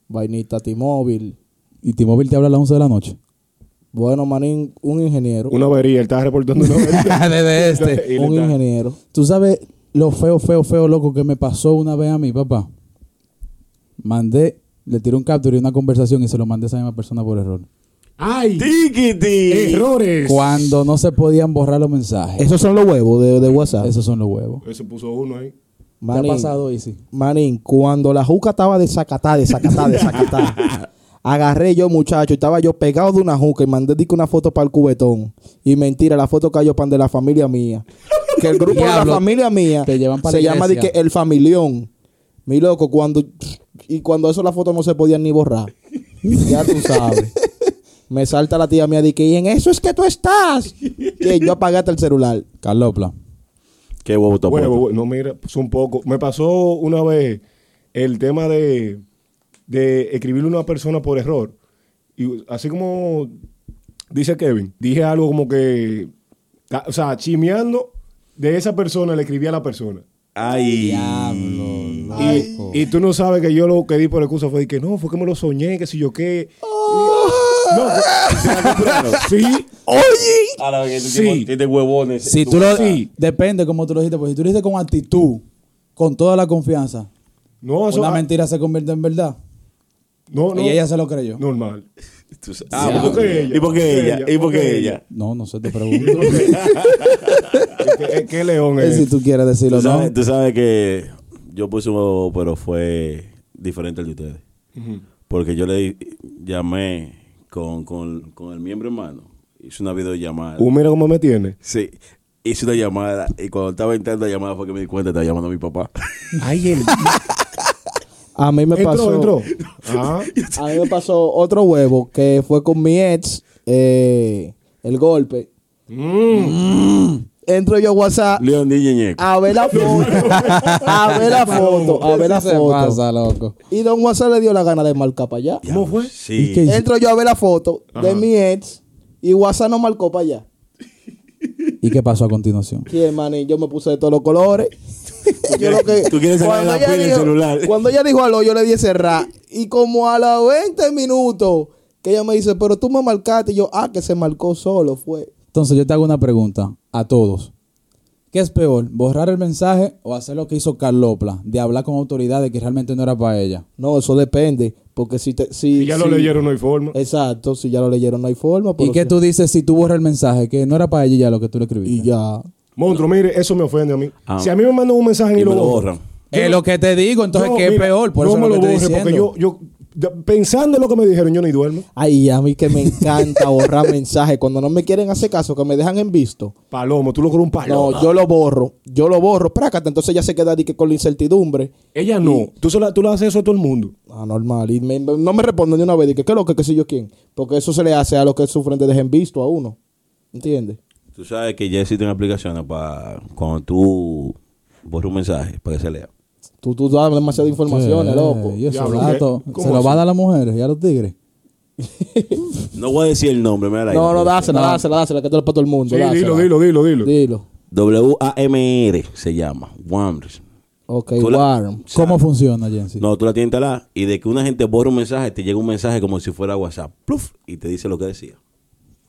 Speaker 4: vainita T-Mobile.
Speaker 1: Y T-Mobile te habla a las 11 de la noche.
Speaker 4: Bueno, manín, un ingeniero.
Speaker 2: Una avería, él estaba reportando una avería.
Speaker 1: Ah, Desde este.
Speaker 2: Y le
Speaker 4: un
Speaker 2: está-
Speaker 4: ingeniero.
Speaker 1: Tú sabes lo feo, feo, feo, loco que me pasó una vez a mi papá. Mandé, le tiré un capture y una conversación y se lo mandé a esa misma persona por error.
Speaker 2: ¡Ay! Eh,
Speaker 3: ¡Tiquiti!
Speaker 2: ¡Errores!
Speaker 1: Cuando no se podían borrar los mensajes.
Speaker 4: Esos son los huevos de, de WhatsApp.
Speaker 1: Esos son los huevos.
Speaker 2: Eso Pues puso uno ahí.
Speaker 1: ¿Te ha
Speaker 4: Manín,
Speaker 1: pasado, Isi?
Speaker 4: manín, cuando la juca estaba desacatada, desacatada, desacatada. agarré yo, muchacho, y estaba yo pegado de una juca y mandé dique una foto para el cubetón. Y mentira, la foto cayó pan de la familia mía. Que el grupo de
Speaker 1: Diablo,
Speaker 4: la familia mía
Speaker 1: te llevan pa' la
Speaker 4: se llama
Speaker 1: iglesia.
Speaker 4: dique el familión. Mi loco, cuando y cuando eso la foto no se podía ni borrar. Ya tú sabes. Me salta la tía mía de que y en eso es que tú estás. Que yo apagaste el celular.
Speaker 1: Carlopla.
Speaker 3: Qué huevo te
Speaker 2: Huevo,
Speaker 3: apuesto.
Speaker 2: hue- no, mira, pues un poco. Me pasó una vez el tema de, de escribirle a una persona por error. Y así como dice Kevin, dije algo como que, ta- o sea, chimeando de esa persona le escribí a la persona.
Speaker 3: Ay.
Speaker 2: Y, y tú no sabes que yo lo que di por excusa fue de que no, fue que me lo soñé, que si yo qué. Y-
Speaker 1: Ah.
Speaker 2: No, fue- sí,
Speaker 3: A la vez que
Speaker 2: Sí.
Speaker 3: tipo tiene huevones.
Speaker 1: Si tú lo...
Speaker 2: Sí.
Speaker 1: ah, Depende cómo tú lo dijiste. Porque si tú lo dijiste con actitud, con toda la confianza,
Speaker 2: no, eso. ah,
Speaker 1: una mentira se convierte en verdad.
Speaker 2: No, no.
Speaker 1: Y ella se lo creyó.
Speaker 2: Normal.
Speaker 3: Tú sa- Ah,
Speaker 2: Sí.
Speaker 3: ¿por qué
Speaker 2: Ella,
Speaker 3: ¿Y por qué ella? ¿Y por qué ella?
Speaker 1: No, no sé, te pregunto.
Speaker 2: Es que- es que león
Speaker 1: Es
Speaker 2: es.
Speaker 1: si tú quieres decirlo,
Speaker 3: ¿Tú
Speaker 1: ¿no?
Speaker 3: sabes, tú sabes que yo puse un huevo, pero fue diferente al de ustedes.
Speaker 2: Ujú.
Speaker 3: Porque yo le llamé con, con, con el miembro hermano. Hice una videollamada.
Speaker 2: Uh, mira cómo me tiene.
Speaker 3: Sí. Hice una llamada y cuando estaba entrando la llamada fue que me di cuenta que estaba llamando a mi papá.
Speaker 2: Ay, el.
Speaker 4: A mí me
Speaker 2: entró,
Speaker 4: pasó.
Speaker 2: entró. Ah,
Speaker 4: A mí me pasó otro huevo que fue con mi ex eh, el golpe.
Speaker 1: Mm.
Speaker 4: Entro yo a WhatsApp
Speaker 3: León de Ñeñeco.
Speaker 4: a ver la foto. a ver la foto. A ver la
Speaker 1: ¿Qué se
Speaker 4: foto.
Speaker 1: pasa, loco?
Speaker 4: Y Don WhatsApp le dio la gana de marcar para allá.
Speaker 3: ¿Cómo fue? Sí.
Speaker 1: ¿Y qué?
Speaker 4: Entro yo a ver la foto de mi ex y WhatsApp no marcó para allá.
Speaker 1: ¿Y qué pasó a continuación?
Speaker 4: Sí, hermano, y yo me puse de todos los colores. yo lo que,
Speaker 3: tú quieres sacar
Speaker 4: cuando
Speaker 3: la
Speaker 4: ella
Speaker 3: pila del
Speaker 4: dijo-
Speaker 3: celular.
Speaker 4: Cuando ella dijo aló, yo le di cerrar. Y como a los 20 minutos, que ella me dice, pero tú me marcaste. Y yo, ah, que se marcó solo, fue.
Speaker 1: Entonces yo te hago una pregunta a todos. ¿Qué es peor, borrar el mensaje o hacer lo que hizo Carlopla, de hablar con autoridad de que realmente no era para ella?
Speaker 4: No, eso depende. Porque si te. Si,
Speaker 2: Y ya
Speaker 4: si-
Speaker 2: lo leyeron, no hay forma.
Speaker 1: Eh.
Speaker 4: Exacto, si ya lo leyeron, no hay forma. pero
Speaker 1: ¿Y qué
Speaker 4: si-
Speaker 1: tú dices si tú borras el mensaje que no era para ella y ya lo que tú le
Speaker 4: Y
Speaker 1: escribiste?
Speaker 4: ya.
Speaker 2: Monstruo, mire, eso me ofende a mí.
Speaker 3: Ah.
Speaker 2: Si a mí me mandan un mensaje
Speaker 3: Y
Speaker 2: y,
Speaker 3: me
Speaker 2: lo
Speaker 3: lo
Speaker 2: borran.
Speaker 3: borran.
Speaker 1: Es lo que te digo, entonces
Speaker 2: yo,
Speaker 1: ¿qué es
Speaker 2: mira,
Speaker 1: peor? Por
Speaker 2: no
Speaker 1: eso
Speaker 2: me lo
Speaker 1: que te
Speaker 2: borre,
Speaker 1: estoy
Speaker 2: porque yo,
Speaker 1: diciendo.
Speaker 2: yo, de- pensando en lo que me dijeron, yo ni duermo.
Speaker 4: Ay, a mí que me encanta borrar mensajes. Cuando no me quieren hacer caso, que me dejan en visto.
Speaker 2: Palomo, tú logras un
Speaker 3: Ah,
Speaker 2: palomo.
Speaker 4: No, yo lo borro. Yo lo borro. Prácate, entonces ya se queda di que con la incertidumbre.
Speaker 2: Ella no. Tú, se la- tú le haces eso a todo el mundo.
Speaker 4: Anormal. Y me- no me responden de una vez. que ¿qué es lo que qué sé yo quién? Porque eso se le hace a los que sufren de dejen visto a uno. ¿Entiendes?
Speaker 3: Tú sabes que ya existen aplicaciones para cuando tú borras un mensaje para que se lea.
Speaker 4: Tú, tú das demasiada información,
Speaker 1: Eh,
Speaker 4: loco.
Speaker 1: y esos
Speaker 2: Diablo, ¿qué?
Speaker 1: datos,
Speaker 2: ¿Cómo
Speaker 1: se lo
Speaker 2: así?
Speaker 1: va a dar a las mujeres y a los tigres.
Speaker 3: No voy a decir el nombre, me da la
Speaker 4: No,
Speaker 3: gana.
Speaker 4: no, dásela, dásela, dásela, que te lo para todo el mundo.
Speaker 2: Sí,
Speaker 4: dásela.
Speaker 2: dilo, dilo, dilo, dilo.
Speaker 4: Dilo.
Speaker 3: WAMR se llama. WAMR.
Speaker 4: Ok,
Speaker 3: Tú la-
Speaker 4: warm.
Speaker 1: ¿Cómo funciona, Jensi?
Speaker 3: No, tú la tienes instalada y de que una gente borra un mensaje, te llega un mensaje como si fuera WhatsApp. Pluf, y te dice lo que decía.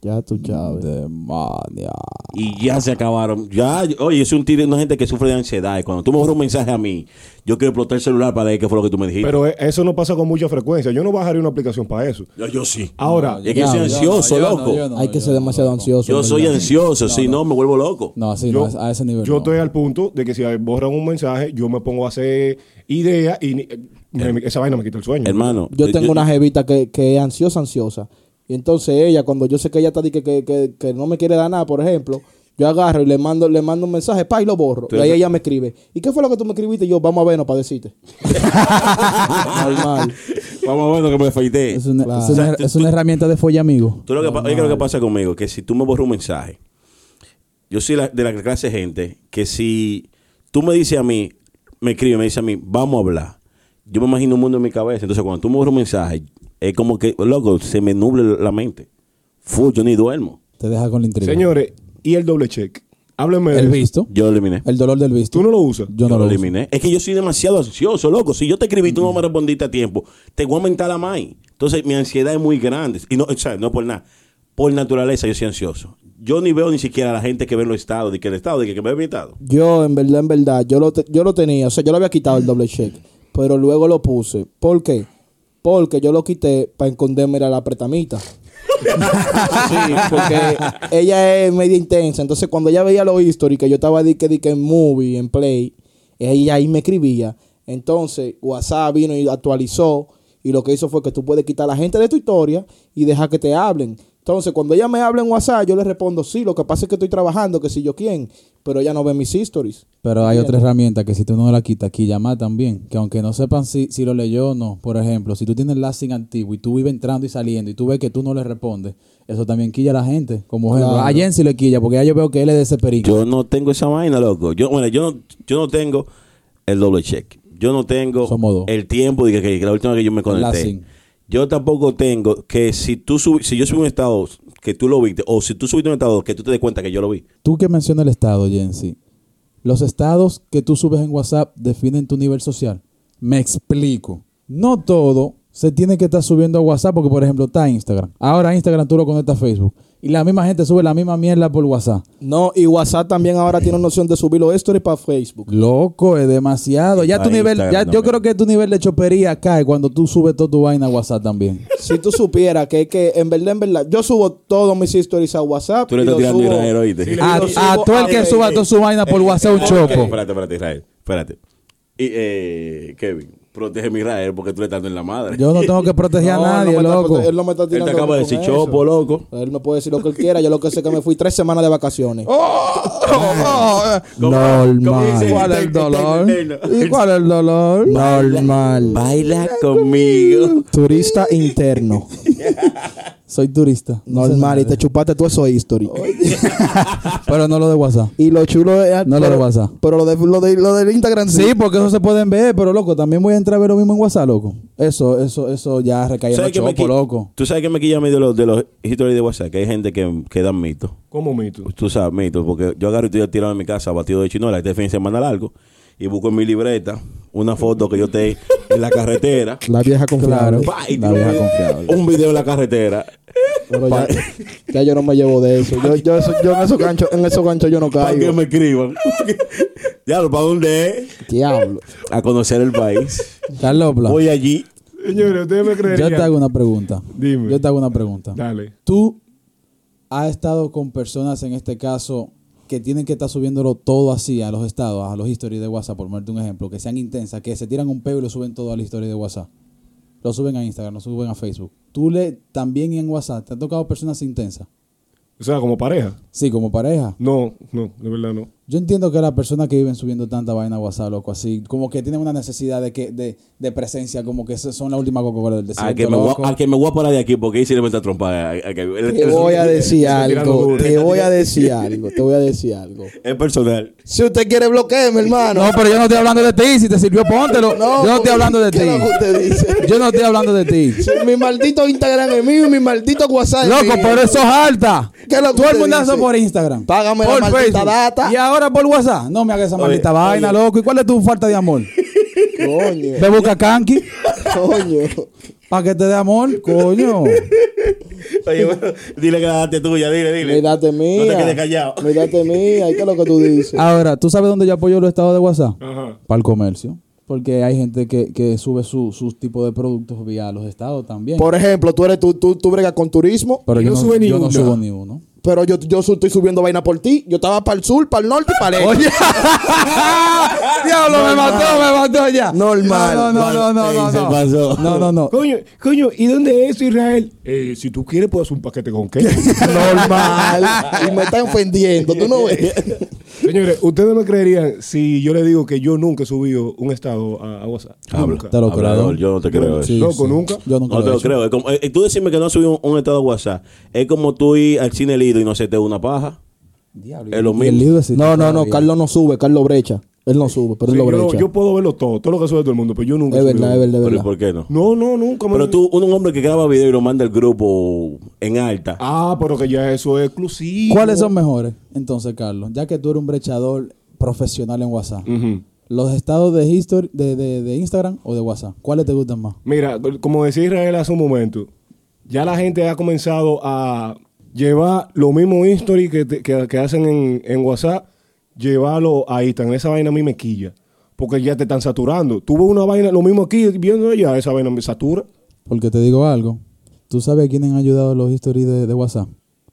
Speaker 4: Ya tú sabes.
Speaker 1: Demonia.
Speaker 3: Y ya se acabaron. Ya, oye, yo soy un tigre, una gente que sufre de ansiedad. Y cuando tú me borras un mensaje a mí, yo quiero explotar el celular para ver qué fue lo que tú me dijiste.
Speaker 2: Pero eh, eso no pasa con mucha frecuencia. Yo no bajaría una aplicación para eso.
Speaker 3: yo, yo sí.
Speaker 2: Ahora,
Speaker 3: es que soy ansioso, loco. yo
Speaker 4: Hay que ser demasiado ansioso. en
Speaker 3: soy
Speaker 4: verdad.
Speaker 3: ansioso, si no, me vuelvo loco.
Speaker 1: No, así
Speaker 2: yo,
Speaker 1: no, a ese nivel.
Speaker 2: yo
Speaker 1: no.
Speaker 2: estoy al punto de que si borran un mensaje, yo me pongo a hacer ideas y ni- me- me- esa vaina me quita el sueño.
Speaker 3: Hermano,
Speaker 4: Yo tengo una jevita que, que es ansiosa, ansiosa. Y entonces ella, cuando yo sé que ella está di que, que, que- que no me quiere dar nada, por ejemplo, yo agarro y le mando, le mando un mensaje, pa, y lo borro.
Speaker 3: Tú
Speaker 4: Y ahí
Speaker 3: eres-
Speaker 4: ella me escribe. ¿Y qué fue lo que tú me escribiste? Y yo, vamos a vernos para decirte. Normal.
Speaker 3: Vamos a ver lo que me feité.
Speaker 1: Es una,
Speaker 4: Claro.
Speaker 1: es una-
Speaker 3: O sea, tú-
Speaker 1: es una herramienta de folla amigo.
Speaker 3: Tú lo que, pa- oye, lo que pasa conmigo, que si tú me borras un mensaje, yo soy la- de la clase de gente que si tú me dices a mí, me escribe, me dice a mí, vamos a hablar. Yo me imagino un mundo en mi cabeza. Entonces, cuando tú me borras un mensaje, es como que, loco, se me nuble la mente. Full, yo ni duermo.
Speaker 1: Te deja con la intriga.
Speaker 2: Señores, ¿y el doble check? Háblenme de
Speaker 1: el
Speaker 2: eso.
Speaker 1: visto,
Speaker 3: Yo lo eliminé.
Speaker 1: el dolor del visto.
Speaker 2: ¿Tú no lo usas?
Speaker 1: Yo no lo uso.
Speaker 3: eliminé. Es que yo soy demasiado ansioso, loco. Si yo te escribí y tú no me respondiste a tiempo, te voy a aumentar la más. Entonces, mi ansiedad es muy grande. Y no, o sea, no por nada. Por naturaleza, yo soy ansioso. Yo ni veo ni siquiera a la gente que ve en los estados, de que el estado, de que, que me ve mi estado.
Speaker 4: Yo, en verdad, en verdad, yo lo, te- yo lo tenía, o sea, yo lo había quitado el doble check, pero luego lo puse. ¿Por qué? Porque yo lo quité para esconderme a la apretamita. sí, porque ella es media intensa. Entonces, cuando ella veía los history que yo estaba di que, di que en movie, en play, ella ahí me escribía. Entonces, WhatsApp vino y actualizó. Y lo que hizo fue que tú puedes quitar a la gente de tu historia y dejar que te hablen. Entonces, cuando ella me habla en WhatsApp, yo le respondo, sí, lo que pasa es que estoy trabajando, que si yo quién, pero ella no ve mis histories.
Speaker 1: Pero hay otra herramienta que si tú no la quitas, aquí llama también. Que aunque no sepan si, si lo leyó o no, por ejemplo, si tú tienes lasting antiguo y tú vives entrando y saliendo y tú ves que tú no le respondes, eso también quilla a la gente. Como ejemplo, a Jensi le quilla porque ya yo veo que él es desesperado.
Speaker 3: Yo no tengo esa vaina, loco. Yo, bueno, yo no, yo no tengo el doble check. Yo no tengo
Speaker 1: Somos dos.
Speaker 3: el tiempo de que, que la última vez que yo me conecté.
Speaker 1: Lassing.
Speaker 3: Yo tampoco tengo que si tú subi- si yo subí un estado que tú lo viste, o si tú subiste un estado que tú te des cuenta que yo lo vi.
Speaker 1: Tú que mencionas el estado, Jensi, los estados que tú subes en WhatsApp definen tu nivel social. Me explico. No todo se tiene que estar subiendo a WhatsApp porque, por ejemplo, está Instagram. Ahora Instagram tú lo conectas a Facebook. Y la misma gente sube la misma mierda por WhatsApp.
Speaker 4: No, y WhatsApp también ahora tiene noción de subir los stories para Facebook.
Speaker 1: Loco, es demasiado. Ya
Speaker 3: Pa'
Speaker 1: tu nivel, ya,
Speaker 3: Instagram
Speaker 1: yo
Speaker 3: también.
Speaker 1: creo que tu nivel de chopería cae cuando tú subes toda tu vaina a WhatsApp también.
Speaker 4: Si tú supieras que, que en verdad, en verdad, yo subo todos mis stories a WhatsApp.
Speaker 3: Tú le
Speaker 4: y
Speaker 3: estás
Speaker 4: los
Speaker 3: tirando
Speaker 4: subo-
Speaker 3: Israel, ¿oíste?
Speaker 4: y los
Speaker 1: A,
Speaker 4: subo
Speaker 1: a todo el que
Speaker 4: Facebook.
Speaker 1: suba toda su vaina por WhatsApp un
Speaker 3: Eh, Ok,
Speaker 1: chopo.
Speaker 3: Espérate, espérate, Israel. Espérate. Y, eh, Kevin, protégeme, Israel, porque tú le estás dando en la madre.
Speaker 1: Yo no tengo que proteger
Speaker 4: No,
Speaker 1: a nadie,
Speaker 4: él no me está-
Speaker 1: loco.
Speaker 4: él no me está
Speaker 3: Él te
Speaker 4: tirando
Speaker 3: acaba de
Speaker 4: con
Speaker 3: decir
Speaker 4: eso.
Speaker 3: chopo, loco.
Speaker 4: Él me puede decir lo que él quiera. Yo lo que sé es que me fui tres semanas de vacaciones.
Speaker 1: Oh. Normal.
Speaker 3: ¿Cuál es el dolor?
Speaker 1: ¿Y cuál es el dolor?
Speaker 4: Normal.
Speaker 3: Baila conmigo.
Speaker 4: Turista interno.
Speaker 1: Soy turista. No sé
Speaker 4: Normal, y
Speaker 1: nada.
Speaker 4: te chupaste tú eso history.
Speaker 1: Pero no lo de WhatsApp.
Speaker 4: Y lo chulo es.
Speaker 1: No lo
Speaker 4: pero-
Speaker 1: de WhatsApp.
Speaker 4: Pero lo, de, lo, de- lo del Instagram sí.
Speaker 1: Sí, porque eso se pueden ver, pero loco, también voy a entrar a ver lo mismo en WhatsApp, loco. Eso, eso, eso ya recae en
Speaker 3: ¿Sabes
Speaker 1: los
Speaker 3: que me
Speaker 1: chopos,
Speaker 3: qui-
Speaker 1: loco.
Speaker 3: Tú sabes que me quilla a mí de los, de los historias de WhatsApp, que hay gente que, que dan mitos.
Speaker 2: ¿Cómo mito?
Speaker 3: Tú sabes, mitos, porque yo agarro y estoy tirado en mi casa, batido de chinola, este fin de semana largo, y busco en mi libreta una foto que yo te en la carretera.
Speaker 4: La vieja
Speaker 1: Claro.
Speaker 4: confiable.
Speaker 3: Pa, y
Speaker 1: La
Speaker 3: tú-
Speaker 1: vieja confiable.
Speaker 3: Un video en la carretera.
Speaker 4: Pero ya, ya yo no me llevo de eso. Yo, yo, eso- yo en esos ganchos, en esos ganchos yo no
Speaker 3: Para que
Speaker 4: caigo.
Speaker 3: me escriban. ya lo para dónde es.
Speaker 4: Diablo.
Speaker 3: A conocer el país.
Speaker 1: Carlos Blas,
Speaker 3: Voy allí.
Speaker 2: Señores, ustedes me
Speaker 1: yo
Speaker 2: creerían.
Speaker 1: te hago una pregunta.
Speaker 2: Dime.
Speaker 1: Yo te hago una pregunta.
Speaker 2: Dale.
Speaker 1: Tú has estado con personas en este caso que tienen que estar subiéndolo todo así a los estados, a los historias de WhatsApp, por ponerte un ejemplo, que sean intensas, que se tiran un peo y lo suben todo a la historia de WhatsApp. Lo suben a Instagram, lo suben a Facebook. Tú le también en WhatsApp, ¿te han tocado personas intensas?
Speaker 2: O sea, como pareja.
Speaker 1: Sí, como pareja.
Speaker 2: No, no, de verdad no.
Speaker 1: Yo entiendo que las personas que viven subiendo tanta vaina a WhatsApp, loco, así, como que tienen una necesidad de que de, de presencia, como que eso- son la última coca del desierto,
Speaker 3: A que, me voy,
Speaker 1: loco.
Speaker 3: a- a que me voy a parar de aquí porque ahí sí le meto a trompar. A- a- a que- el-
Speaker 4: Te
Speaker 3: el-
Speaker 4: voy a decir
Speaker 2: Eso tirando
Speaker 4: algo.
Speaker 2: duro.
Speaker 4: Te voy a decir algo. Te voy a decir algo.
Speaker 3: Es personal.
Speaker 4: Si usted quiere bloquearme, hermano.
Speaker 1: No, pero yo no estoy hablando de ti, si te sirvió, póntelo. yo no estoy hablando de
Speaker 4: ¿qué es lo que
Speaker 1: ti.
Speaker 4: usted dice?
Speaker 1: Yo no estoy hablando de ti.
Speaker 4: Si Mi maldito Instagram es mío y mi maldito WhatsApp es
Speaker 1: Loco,
Speaker 4: mío.
Speaker 1: pero eso es alta.
Speaker 4: ¿Qué es lo que
Speaker 1: Todo el
Speaker 4: usted
Speaker 1: mundo hace
Speaker 4: dice?
Speaker 1: por Instagram.
Speaker 4: Págame la
Speaker 1: por
Speaker 4: maldita data.
Speaker 1: Y ahora por WhatsApp. No me hagas esa
Speaker 3: Oye,
Speaker 1: maldita
Speaker 3: oye.
Speaker 1: vaina, loco. ¿Y cuál es tu falta de amor?
Speaker 4: Coño,
Speaker 1: Me busca Kanki
Speaker 4: coño.
Speaker 1: para que te dé amor, coño.
Speaker 3: Oye, bueno, dile que la date tuya, dile, dile.
Speaker 4: Mírate mía.
Speaker 3: No te quedes callado.
Speaker 4: Mírate mía. ¿Qué es lo que tú dices?
Speaker 1: Ahora, ¿tú sabes dónde yo apoyo los estados de WhatsApp?
Speaker 2: Ajá.
Speaker 1: Para el comercio. Porque hay gente que, que sube su- sus tipos de productos vía los estados también.
Speaker 4: Por ejemplo, tú eres tú, tú, tú bregas con turismo.
Speaker 1: pero
Speaker 2: y
Speaker 1: yo,
Speaker 2: no
Speaker 1: no,
Speaker 2: sube ni
Speaker 1: yo no
Speaker 2: una.
Speaker 1: subo ni uno.
Speaker 4: Pero yo, yo su- estoy subiendo vaina por ti. Yo estaba para el sur, para el norte y para el este.
Speaker 1: Diablo, me mató, me mató ya.
Speaker 4: Normal.
Speaker 1: No, no, no, no,
Speaker 3: Ey,
Speaker 1: no.
Speaker 3: se
Speaker 1: no.
Speaker 3: pasó.
Speaker 1: No, no, no.
Speaker 2: Coño, coño, ¿y dónde es Israel? Eh, si tú quieres, puedes hacer un paquete con qué.
Speaker 4: Normal. y me está ofendiendo. ¿Tú no ves?
Speaker 2: Señores, ustedes me creerían si yo le digo que yo nunca he subido un estado a, a WhatsApp.
Speaker 4: Ah,
Speaker 3: Habla.
Speaker 2: Nunca.
Speaker 1: Te lo creo.
Speaker 3: Hablador, Yo no te creo eso.
Speaker 1: Sí,
Speaker 2: Loco,
Speaker 1: sí.
Speaker 2: nunca.
Speaker 1: Yo nunca
Speaker 3: No te
Speaker 1: he
Speaker 3: lo
Speaker 1: hecho.
Speaker 3: creo. Es como- eh, tú decirme que no subí un, un estado de WhatsApp. Es como tú ir al cine lido y no se te una paja.
Speaker 1: Diablo,
Speaker 3: Es lo
Speaker 1: y el
Speaker 3: mismo.
Speaker 1: libro existe
Speaker 4: No, no, no.
Speaker 1: todavía.
Speaker 4: Carlos no sube. Carlos brecha. Él no sube, pero
Speaker 2: Sí,
Speaker 4: él lo
Speaker 2: yo, no-
Speaker 4: brecha.
Speaker 2: yo puedo verlo todo, todo lo que sube todo el mundo, pero yo nunca. he
Speaker 4: es
Speaker 2: subido.
Speaker 4: verdad, es verdad, es
Speaker 3: Pero ¿y
Speaker 4: verdad.
Speaker 3: ¿por qué no?
Speaker 2: No, no, nunca. me-
Speaker 3: Pero tú, un, un hombre que graba video y lo manda al grupo en alta.
Speaker 2: Ah, pero que ya eso es exclusivo.
Speaker 1: ¿Cuáles son mejores? Entonces, Carlos, ya que tú eres un brechador profesional en
Speaker 3: Mm.
Speaker 1: WhatsApp,
Speaker 2: Ujú.
Speaker 1: ¿los estados de, history, de, de, de Instagram o de WhatsApp? ¿Cuáles te gustan más?
Speaker 2: Mira, como decía Israel hace un momento, ya la gente ha comenzado a llevar lo mismo history que, te- que- que hacen en, en WhatsApp, llevarlo a Instagram. Esa vaina a mí me quilla. Porque ya te están saturando. Tuve una vaina, lo mismo aquí, viendo ya, esa vaina me satura.
Speaker 1: Porque te digo algo. ¿Tú sabes a quién han ayudado los historias de, de WhatsApp?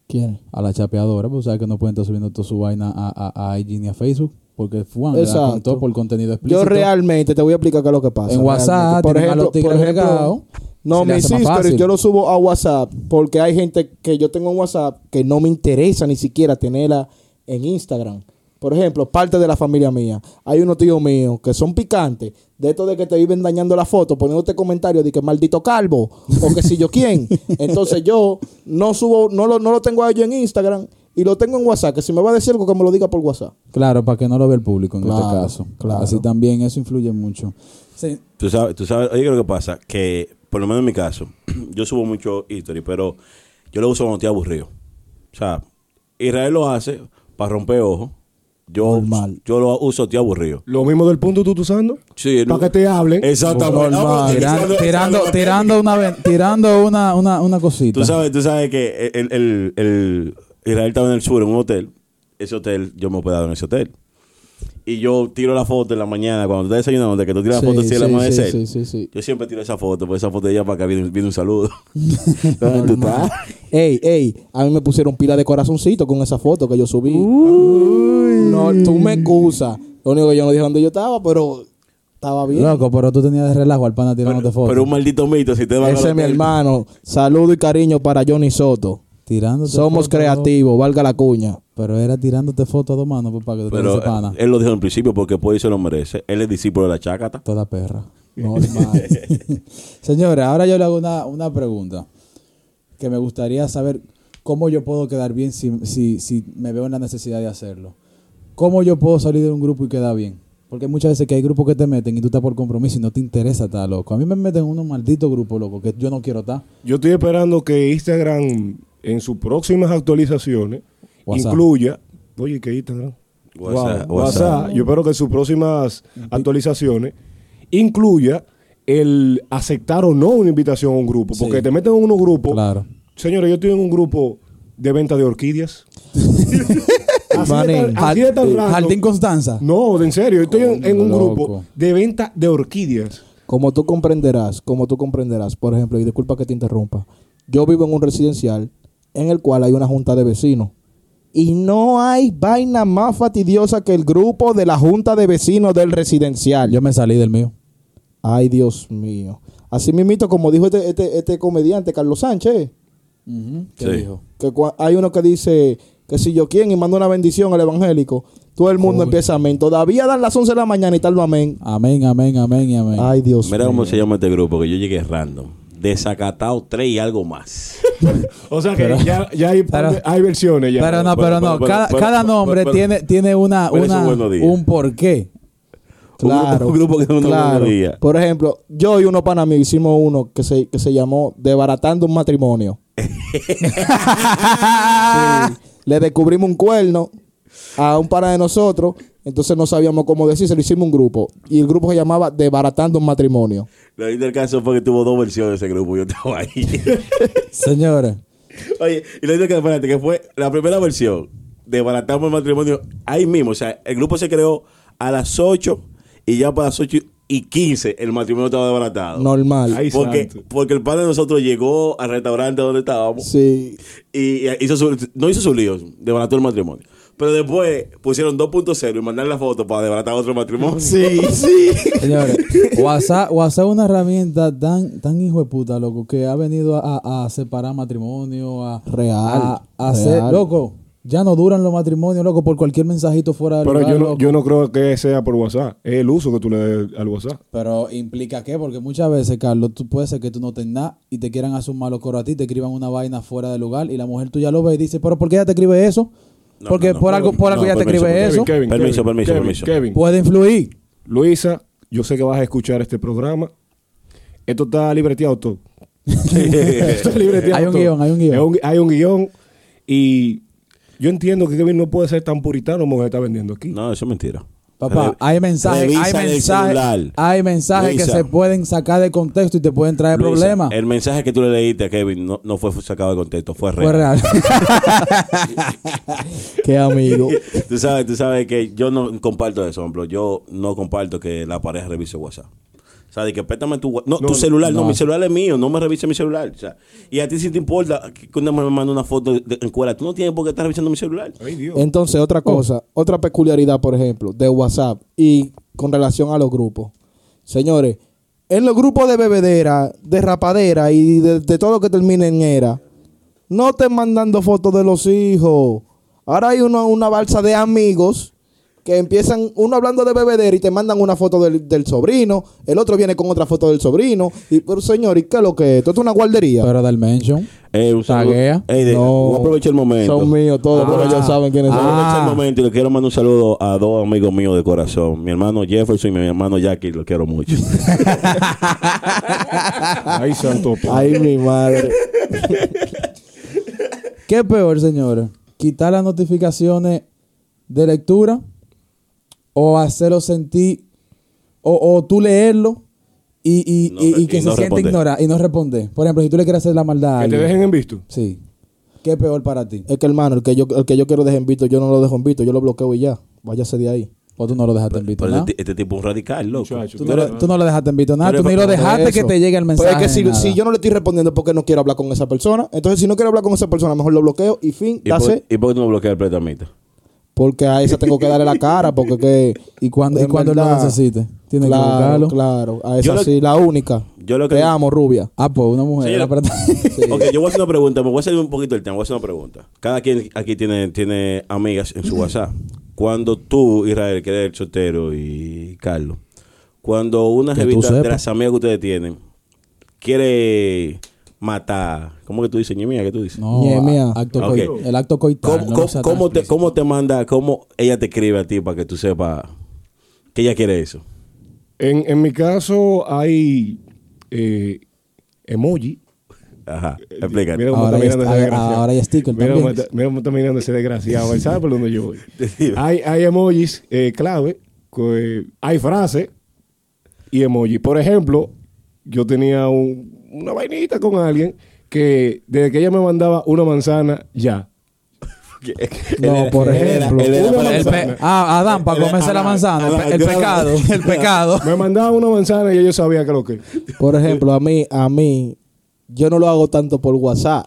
Speaker 4: ¿Quién?
Speaker 1: A la chapeadora, pues sabes que no pueden estar subiendo toda su vaina a, a, a IG ni a Facebook, porque Juan
Speaker 4: Exacto.
Speaker 1: contó por contenido explícito.
Speaker 4: Yo realmente te voy a explicar qué es lo que pasa.
Speaker 1: En WhatsApp
Speaker 4: realmente.
Speaker 1: tienen a los tigres regados,
Speaker 4: no,
Speaker 1: se le
Speaker 4: mis
Speaker 1: hace más
Speaker 4: historias
Speaker 1: fácil.
Speaker 4: yo lo subo a WhatsApp porque hay gente que yo tengo en WhatsApp que no me interesa ni siquiera tenerla en Instagram. Por ejemplo, parte de la familia mía. Hay unos tíos míos que son picantes, de estos de que te viven dañando la foto, poniéndote comentarios de que maldito calvo, o que si yo quién. Entonces yo no subo, no lo, no lo tengo a ellos en Instagram y lo tengo en WhatsApp, que si me va a decir algo que me lo diga por WhatsApp.
Speaker 1: Claro, para que no lo vea el público en este
Speaker 4: Claro,
Speaker 1: caso.
Speaker 4: claro.
Speaker 1: Así también eso influye mucho. Sí,
Speaker 3: Tú sabes, tú sabes, oye, lo que pasa, que por lo menos en mi caso, yo subo mucho history, pero yo lo uso cuando estoy aburrido. O sea, Israel lo hace para romper ojos. Yo,
Speaker 1: Normal.
Speaker 3: yo lo uso, estoy aburrido.
Speaker 2: Lo mismo del punto tú estás usando.
Speaker 3: Sí,
Speaker 2: Para que te hablen.
Speaker 3: Exactamente.
Speaker 1: Normal.
Speaker 3: Ah, porque
Speaker 1: Tiran-
Speaker 3: tirando-
Speaker 1: tirando,
Speaker 3: tirando-
Speaker 1: tirando una, ven- tirando una, una, una cosita.
Speaker 3: Tú sabes, tú sabes que el, el- el- Israel estaba en el sur, en un hotel. Ese hotel, yo me he hospedado en ese hotel. Y yo tiro la foto en la mañana, cuando te desayunando, de que tú tiras
Speaker 4: Sí,
Speaker 3: la foto así el
Speaker 4: sí, sí,
Speaker 3: amanecer.
Speaker 4: sí, sí, sí.
Speaker 3: Yo siempre tiro esa foto, porque esa foto de ella para que viene, viene un saludo. ¿Dónde tú estás?
Speaker 4: Ey, ey, a mí me pusieron pila de corazoncito con esa foto que yo subí. No, tú me excusas. Lo único que yo no dije dónde yo estaba, pero estaba bien.
Speaker 1: Loco, pero tú tenías de relajo al pana tirándote
Speaker 3: Pero,
Speaker 1: fotos.
Speaker 3: pero un maldito mito, si te vas
Speaker 4: Ese
Speaker 3: al
Speaker 4: es mi
Speaker 3: hotel-
Speaker 4: hermano. Saludo y cariño para Johnny Soto.
Speaker 1: Tirándote
Speaker 4: Somos
Speaker 1: fotos,
Speaker 4: creativos, valga la cuña.
Speaker 1: Pero era tirándote fotos a dos manos, papá, que tú tenías
Speaker 3: Pero
Speaker 1: ese pana.
Speaker 3: eh, él lo dijo en principio porque puede y se lo merece. Él es discípulo de la chácata.
Speaker 1: Toda perra. Normal. Señores, ahora yo le hago una, una pregunta. que me gustaría saber cómo yo puedo quedar bien si, si, si me veo en la necesidad de hacerlo. ¿Cómo yo puedo salir de un grupo y quedar bien? Porque muchas veces que hay grupos que te meten y tú estás por compromiso y no te interesa estar loco. A mí me meten en unos malditos grupos, loco, que yo no quiero estar.
Speaker 2: Yo estoy esperando que Instagram en sus próximas actualizaciones
Speaker 1: WhatsApp.
Speaker 2: incluya. Oye, que Instagram.
Speaker 3: WhatsApp,
Speaker 2: Wow, WhatsApp. Yo espero que en sus próximas actualizaciones incluya el aceptar o no una invitación a un grupo. Porque
Speaker 1: Sí.
Speaker 2: te meten en unos grupos.
Speaker 1: Claro.
Speaker 2: Señores, yo estoy en un grupo de venta de orquídeas. así, de
Speaker 4: Manín.
Speaker 2: tan, así de tan random.
Speaker 1: eh, Jardín Constanza.
Speaker 2: No, en serio, yo estoy en, en un
Speaker 1: Ah. Loco.
Speaker 2: grupo de venta de orquídeas.
Speaker 4: Como tú comprenderás, como tú comprenderás, por ejemplo, y disculpa que te interrumpa, yo vivo en un residencial en el cual hay una junta de vecinos. Y no hay vaina más fastidiosa que el grupo de la junta de vecinos del residencial.
Speaker 1: Yo me salí del mío.
Speaker 4: Ay, Dios mío. Así mismito, como dijo este, este, este comediante, Carlos Sánchez, ¿eh?
Speaker 1: ¿Qué
Speaker 3: Sí.
Speaker 1: dijo?
Speaker 4: que cua- hay uno que dice, que si yo quién, y manda una bendición al evangélico, todo el mundo empieza amén. Todavía dan las 11 de la mañana y tal, no amén.
Speaker 1: Amén, amén, amén y amén.
Speaker 4: Ay, Dios
Speaker 3: Mira
Speaker 4: mío.
Speaker 3: cómo se llama este grupo, que yo llegué random. Desacatado 3 y algo más.
Speaker 2: O sea que ya, ya hay,
Speaker 1: pero-
Speaker 2: hay versiones. Ya.
Speaker 1: pero no,
Speaker 3: pero-
Speaker 1: pero no.
Speaker 3: pero-
Speaker 1: cada,
Speaker 3: pero-
Speaker 1: cada
Speaker 3: pero-
Speaker 1: nombre
Speaker 3: pero-
Speaker 1: tiene, tiene una,
Speaker 3: pero eso
Speaker 1: una-
Speaker 3: buenos días.
Speaker 1: un porqué.
Speaker 4: Claro.
Speaker 3: Un grupo, un grupo que no
Speaker 4: claro.
Speaker 3: día.
Speaker 4: Por ejemplo, yo y uno pana mío hicimos uno que se, que se llamó Debaratando un matrimonio.
Speaker 3: Ah.
Speaker 4: Sí. Le descubrimos un cuerno a un pana de nosotros. Entonces no sabíamos cómo decir, se lo hicimos un grupo. Y el grupo se llamaba Debaratando un matrimonio.
Speaker 3: Lo lindo del caso fue que tuvo dos versiones de ese grupo. Yo estaba ahí.
Speaker 1: Señores,
Speaker 3: Oye, y lo digo que, espérate, que fue la primera versión de Baratamos el Matrimonio ahí mismo. O sea, el grupo se creó a las 8 y ya para las 8 y 15 el matrimonio estaba desbaratado.
Speaker 4: Normal.
Speaker 2: Ay,
Speaker 3: porque,
Speaker 2: santo.
Speaker 3: porque el padre de nosotros llegó al restaurante donde estábamos
Speaker 4: Sí.
Speaker 3: y y hizo su- no hizo su lío, desbarató el matrimonio. Pero después pusieron 2.0 y mandaron la foto para desbaratar otro matrimonio.
Speaker 4: Sí, sí.
Speaker 1: señores. WhatsApp, WhatsApp es una herramienta tan, tan hijo de puta, loco, que ha venido a, a- a separar matrimonio, a...
Speaker 4: Real,
Speaker 1: A, a
Speaker 4: real.
Speaker 1: hacer- Loco, ya no duran los matrimonios, loco, por cualquier mensajito fuera de
Speaker 2: Pero
Speaker 1: lugar,
Speaker 2: yo no,
Speaker 1: loco.
Speaker 2: yo no creo que sea por WhatsApp. Es el uso que tú le des al WhatsApp.
Speaker 1: Pero implica qué, porque muchas veces, Carlos, tú puede ser que tú no tengas nada y te quieran hacer un malo coro a ti, te escriban una vaina fuera de lugar y la mujer tuya lo ve y dice, pero ¿por qué ella te escribe eso?
Speaker 3: No,
Speaker 1: porque
Speaker 3: no, no.
Speaker 1: por algo, por algo
Speaker 3: No,
Speaker 1: ya te
Speaker 3: permiso,
Speaker 1: escribe
Speaker 3: permiso.
Speaker 1: eso.
Speaker 2: Kevin, Kevin,
Speaker 3: Permiso,
Speaker 2: Kevin,
Speaker 3: permiso,
Speaker 2: Kevin,
Speaker 3: permiso.
Speaker 2: Kevin.
Speaker 1: Puede influir.
Speaker 2: Luisa, yo sé que vas a escuchar este programa. Esto está libreteado todo. Esto está libreteado
Speaker 1: Hay un
Speaker 2: todo.
Speaker 1: guión, hay un guión.
Speaker 2: Es hay un guión. Y yo entiendo que Kevin no puede ser tan puritano como se está vendiendo aquí.
Speaker 3: No, eso es mentira.
Speaker 1: Papá,
Speaker 3: Re-
Speaker 1: hay mensajes,
Speaker 3: revisa
Speaker 1: hay
Speaker 3: en el
Speaker 1: mensajes,
Speaker 3: celular.
Speaker 1: hay mensajes que
Speaker 3: Luisa.
Speaker 1: se pueden sacar de contexto y te pueden traer
Speaker 3: Luisa,
Speaker 1: problemas.
Speaker 3: El mensaje que tú le leíste a Kevin no, no fue sacado de contexto, fue real.
Speaker 1: Fue real.
Speaker 4: Qué amigo.
Speaker 3: tú sabes, tú sabes que yo no comparto eso, por ejemplo, yo no comparto que la pareja revise WhatsApp. O sea, de que préstame tu, wa- no, tu celular, no, mi celular es mío, no me revise mi celular. O sea, y a ti si te importa que cuando me manda una foto de- en cuera, tú no tienes por qué estar revisando mi celular.
Speaker 2: Ay, Dios.
Speaker 4: Entonces, otra
Speaker 1: Oh.
Speaker 4: cosa, otra peculiaridad, por ejemplo, de WhatsApp y con relación a los grupos. Señores, en los grupos de bebedera, de rapadera y de, de todo lo que termine en era, no estén mandando fotos de los hijos. Ahora hay una, una balsa de amigos que empiezan uno hablando de bebedera y te mandan una foto del, del sobrino, el otro viene con otra foto del sobrino. Y, pero señor, ¿y qué es lo que es? ¿Esto es una guardería?
Speaker 1: pero del mention.
Speaker 3: Eh, un saludo.
Speaker 1: Taguea.
Speaker 3: Ey, de-
Speaker 4: No.
Speaker 3: voy a aprovechar el momento.
Speaker 4: Son míos todos, pero
Speaker 1: Ah.
Speaker 4: ellos saben quiénes
Speaker 3: Voy
Speaker 4: son.
Speaker 3: a aprovechar
Speaker 1: Ah.
Speaker 3: el momento y le quiero mandar un saludo a dos amigos míos de corazón. Mi hermano Jefferson y mi hermano Jackie, los quiero mucho.
Speaker 2: Ay, santo. padre.
Speaker 4: Ay, mi madre.
Speaker 1: ¿Qué peor, señores? ¿Quitar las notificaciones de lectura? ¿O hacerlo sentir? ¿O, o tú leerlo y, y-
Speaker 3: No,
Speaker 1: y- y que
Speaker 3: y
Speaker 1: se
Speaker 3: no
Speaker 1: siente
Speaker 3: responder.
Speaker 1: ignorado y no responder? Por ejemplo, si tú le quieres hacer la maldad a
Speaker 2: que te
Speaker 1: alguien.
Speaker 2: dejen en visto.
Speaker 1: Sí. ¿Qué peor para ti?
Speaker 4: Es que hermano, el que yo, el que yo quiero dejar en visto, yo no lo dejo en visto, yo lo bloqueo y ya. Váyase de ahí.
Speaker 1: ¿O tú no lo dejaste en visto
Speaker 3: Pero
Speaker 1: nada?
Speaker 3: este, este tipo es un radical, loco.
Speaker 2: Muchacho.
Speaker 1: Tú no, lo- tú no lo dejaste en visto nada.
Speaker 3: Pero
Speaker 1: Tú
Speaker 3: es
Speaker 1: ni lo
Speaker 3: por
Speaker 1: dejaste
Speaker 4: Eso.
Speaker 1: que te llegue el
Speaker 4: Pues
Speaker 1: mensaje.
Speaker 4: es que
Speaker 1: nada.
Speaker 4: si, si yo no le estoy respondiendo es porque no quiero hablar con esa persona, entonces si no quiero hablar con esa persona, mejor lo bloqueo y fin,
Speaker 3: ¿Y pues- por,
Speaker 4: dase.
Speaker 3: ¿Y por qué tú no bloqueas el pretamita?
Speaker 4: Porque a esa tengo que darle la cara, porque que.
Speaker 1: Y cuando, y
Speaker 3: Pues
Speaker 4: en
Speaker 1: cuando lo
Speaker 4: verdad,
Speaker 1: necesites. Tienes que
Speaker 4: claro,
Speaker 1: buscarlo.
Speaker 4: claro. A
Speaker 3: Yo
Speaker 4: esa
Speaker 3: lo-
Speaker 4: sí, la única.
Speaker 3: yo lo que-
Speaker 4: Te amo, rubia.
Speaker 1: Ah, pues una mujer.
Speaker 3: Sí,
Speaker 1: era
Speaker 3: yo-
Speaker 1: para-
Speaker 3: Ok, yo voy a hacer una pregunta, me voy a salir un poquito del tema, voy a hacer una pregunta. Cada quien aquí tiene, tiene amigas en su WhatsApp. Cuando tú, Israel, que eres el soltero y Carlos, cuando una
Speaker 1: Que tú
Speaker 3: revista de
Speaker 1: sepas.
Speaker 3: las amigas que ustedes tienen quiere matar. ¿Cómo que tú dices, ñemía? ¿Qué tú dices?
Speaker 1: No,
Speaker 4: Ñemea.
Speaker 1: a- acto
Speaker 3: Ok.
Speaker 1: coi- el acto coital.
Speaker 3: ¿Cómo,
Speaker 1: no
Speaker 3: cómo-
Speaker 1: lo sea tan
Speaker 3: cómo te,
Speaker 1: explícito.
Speaker 3: ¿Cómo te manda, cómo ella te escribe a ti para que tú sepas que ella quiere eso?
Speaker 2: En, en mi caso hay eh, emoji.
Speaker 3: Ajá, explícate.
Speaker 2: Mira cómo
Speaker 1: Ahora
Speaker 2: está
Speaker 1: hay-
Speaker 2: mirando ese
Speaker 1: ahora-
Speaker 2: desgraciado.
Speaker 1: ahora hay sticker
Speaker 2: mira
Speaker 1: también.
Speaker 2: Cómo está, mira cómo está mirando ese desgraciado. Él sabe por dónde yo voy. Hay, hay emojis eh, clave. que- hay frases y emojis. Por ejemplo, yo tenía un- una vainita con alguien que desde que ella me mandaba una manzana, ya.
Speaker 4: No, por ejemplo.
Speaker 3: él era
Speaker 2: Una
Speaker 3: para-
Speaker 1: El
Speaker 2: manzana.
Speaker 1: pe- ah, Adán, para comerse la manzana. El, pe- el pecado. El pecado.
Speaker 2: Me mandaba una manzana y ya yo sabía que lo que.
Speaker 4: Por ejemplo, a mí, a mí, yo no lo hago tanto por WhatsApp.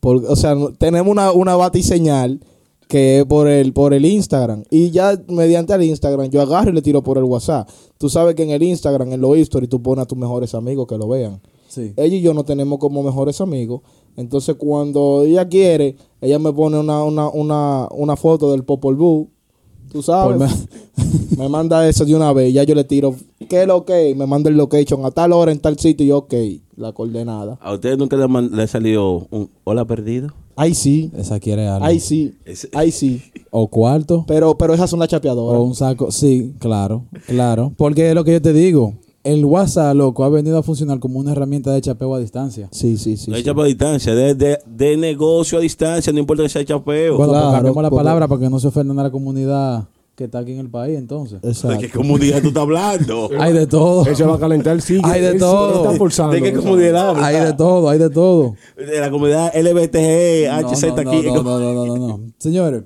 Speaker 4: Por- o sea, no- tenemos una, una batiseñal que es por el, por el Instagram. Y ya mediante el Instagram, yo agarro y le tiro por el WhatsApp. Tú sabes que en el Instagram, en los stories, tú pones a tus mejores amigos que lo vean.
Speaker 1: Sí.
Speaker 4: Ella y yo no tenemos como mejores amigos. Entonces, cuando ella quiere, ella me pone una, una, una, una foto del Popol Vuh. Tú sabes.
Speaker 1: Por
Speaker 4: me manda eso de una vez. Ya yo le tiro, ¿qué es lo que? Me manda el location a tal hora, en tal sitio. Y yo, ok, la coordenada.
Speaker 3: ¿A ustedes nunca le, man- le ha salido un hola perdido?
Speaker 4: Ahí sí.
Speaker 1: Esa quiere algo.
Speaker 4: Ahí sí.
Speaker 3: Ese-
Speaker 4: Ahí sí.
Speaker 1: O cuarto.
Speaker 4: Pero, pero esas son las chapeadoras.
Speaker 1: O un saco. Sí, claro, claro. Porque es lo que yo te digo. El WhatsApp, loco, ha venido a funcionar como una herramienta de chapeo a distancia.
Speaker 4: Sí, sí, sí.
Speaker 3: no hay
Speaker 4: sí.
Speaker 3: chapeo a distancia, de, de- de negocio a distancia, no importa que sea chapeo.
Speaker 1: Bueno, pues
Speaker 4: Claro,
Speaker 1: cambiamos la
Speaker 4: porque-
Speaker 1: palabra para que no se ofendan a la comunidad que está aquí en el país, entonces.
Speaker 3: ¿De
Speaker 4: Exacto.
Speaker 3: qué comunidad tú estás hablando?
Speaker 1: Hay de todo.
Speaker 2: Él se va a calentar, sí.
Speaker 1: Hay de
Speaker 2: él sí
Speaker 1: todo.
Speaker 2: Está forzando.
Speaker 3: ¿De qué comunidad hablas?
Speaker 1: Hay de todo, hay de todo.
Speaker 3: De la comunidad LBTG,
Speaker 1: No,
Speaker 3: HZ
Speaker 1: no,
Speaker 3: aquí.
Speaker 1: No, no, no, no, no, no. Señores,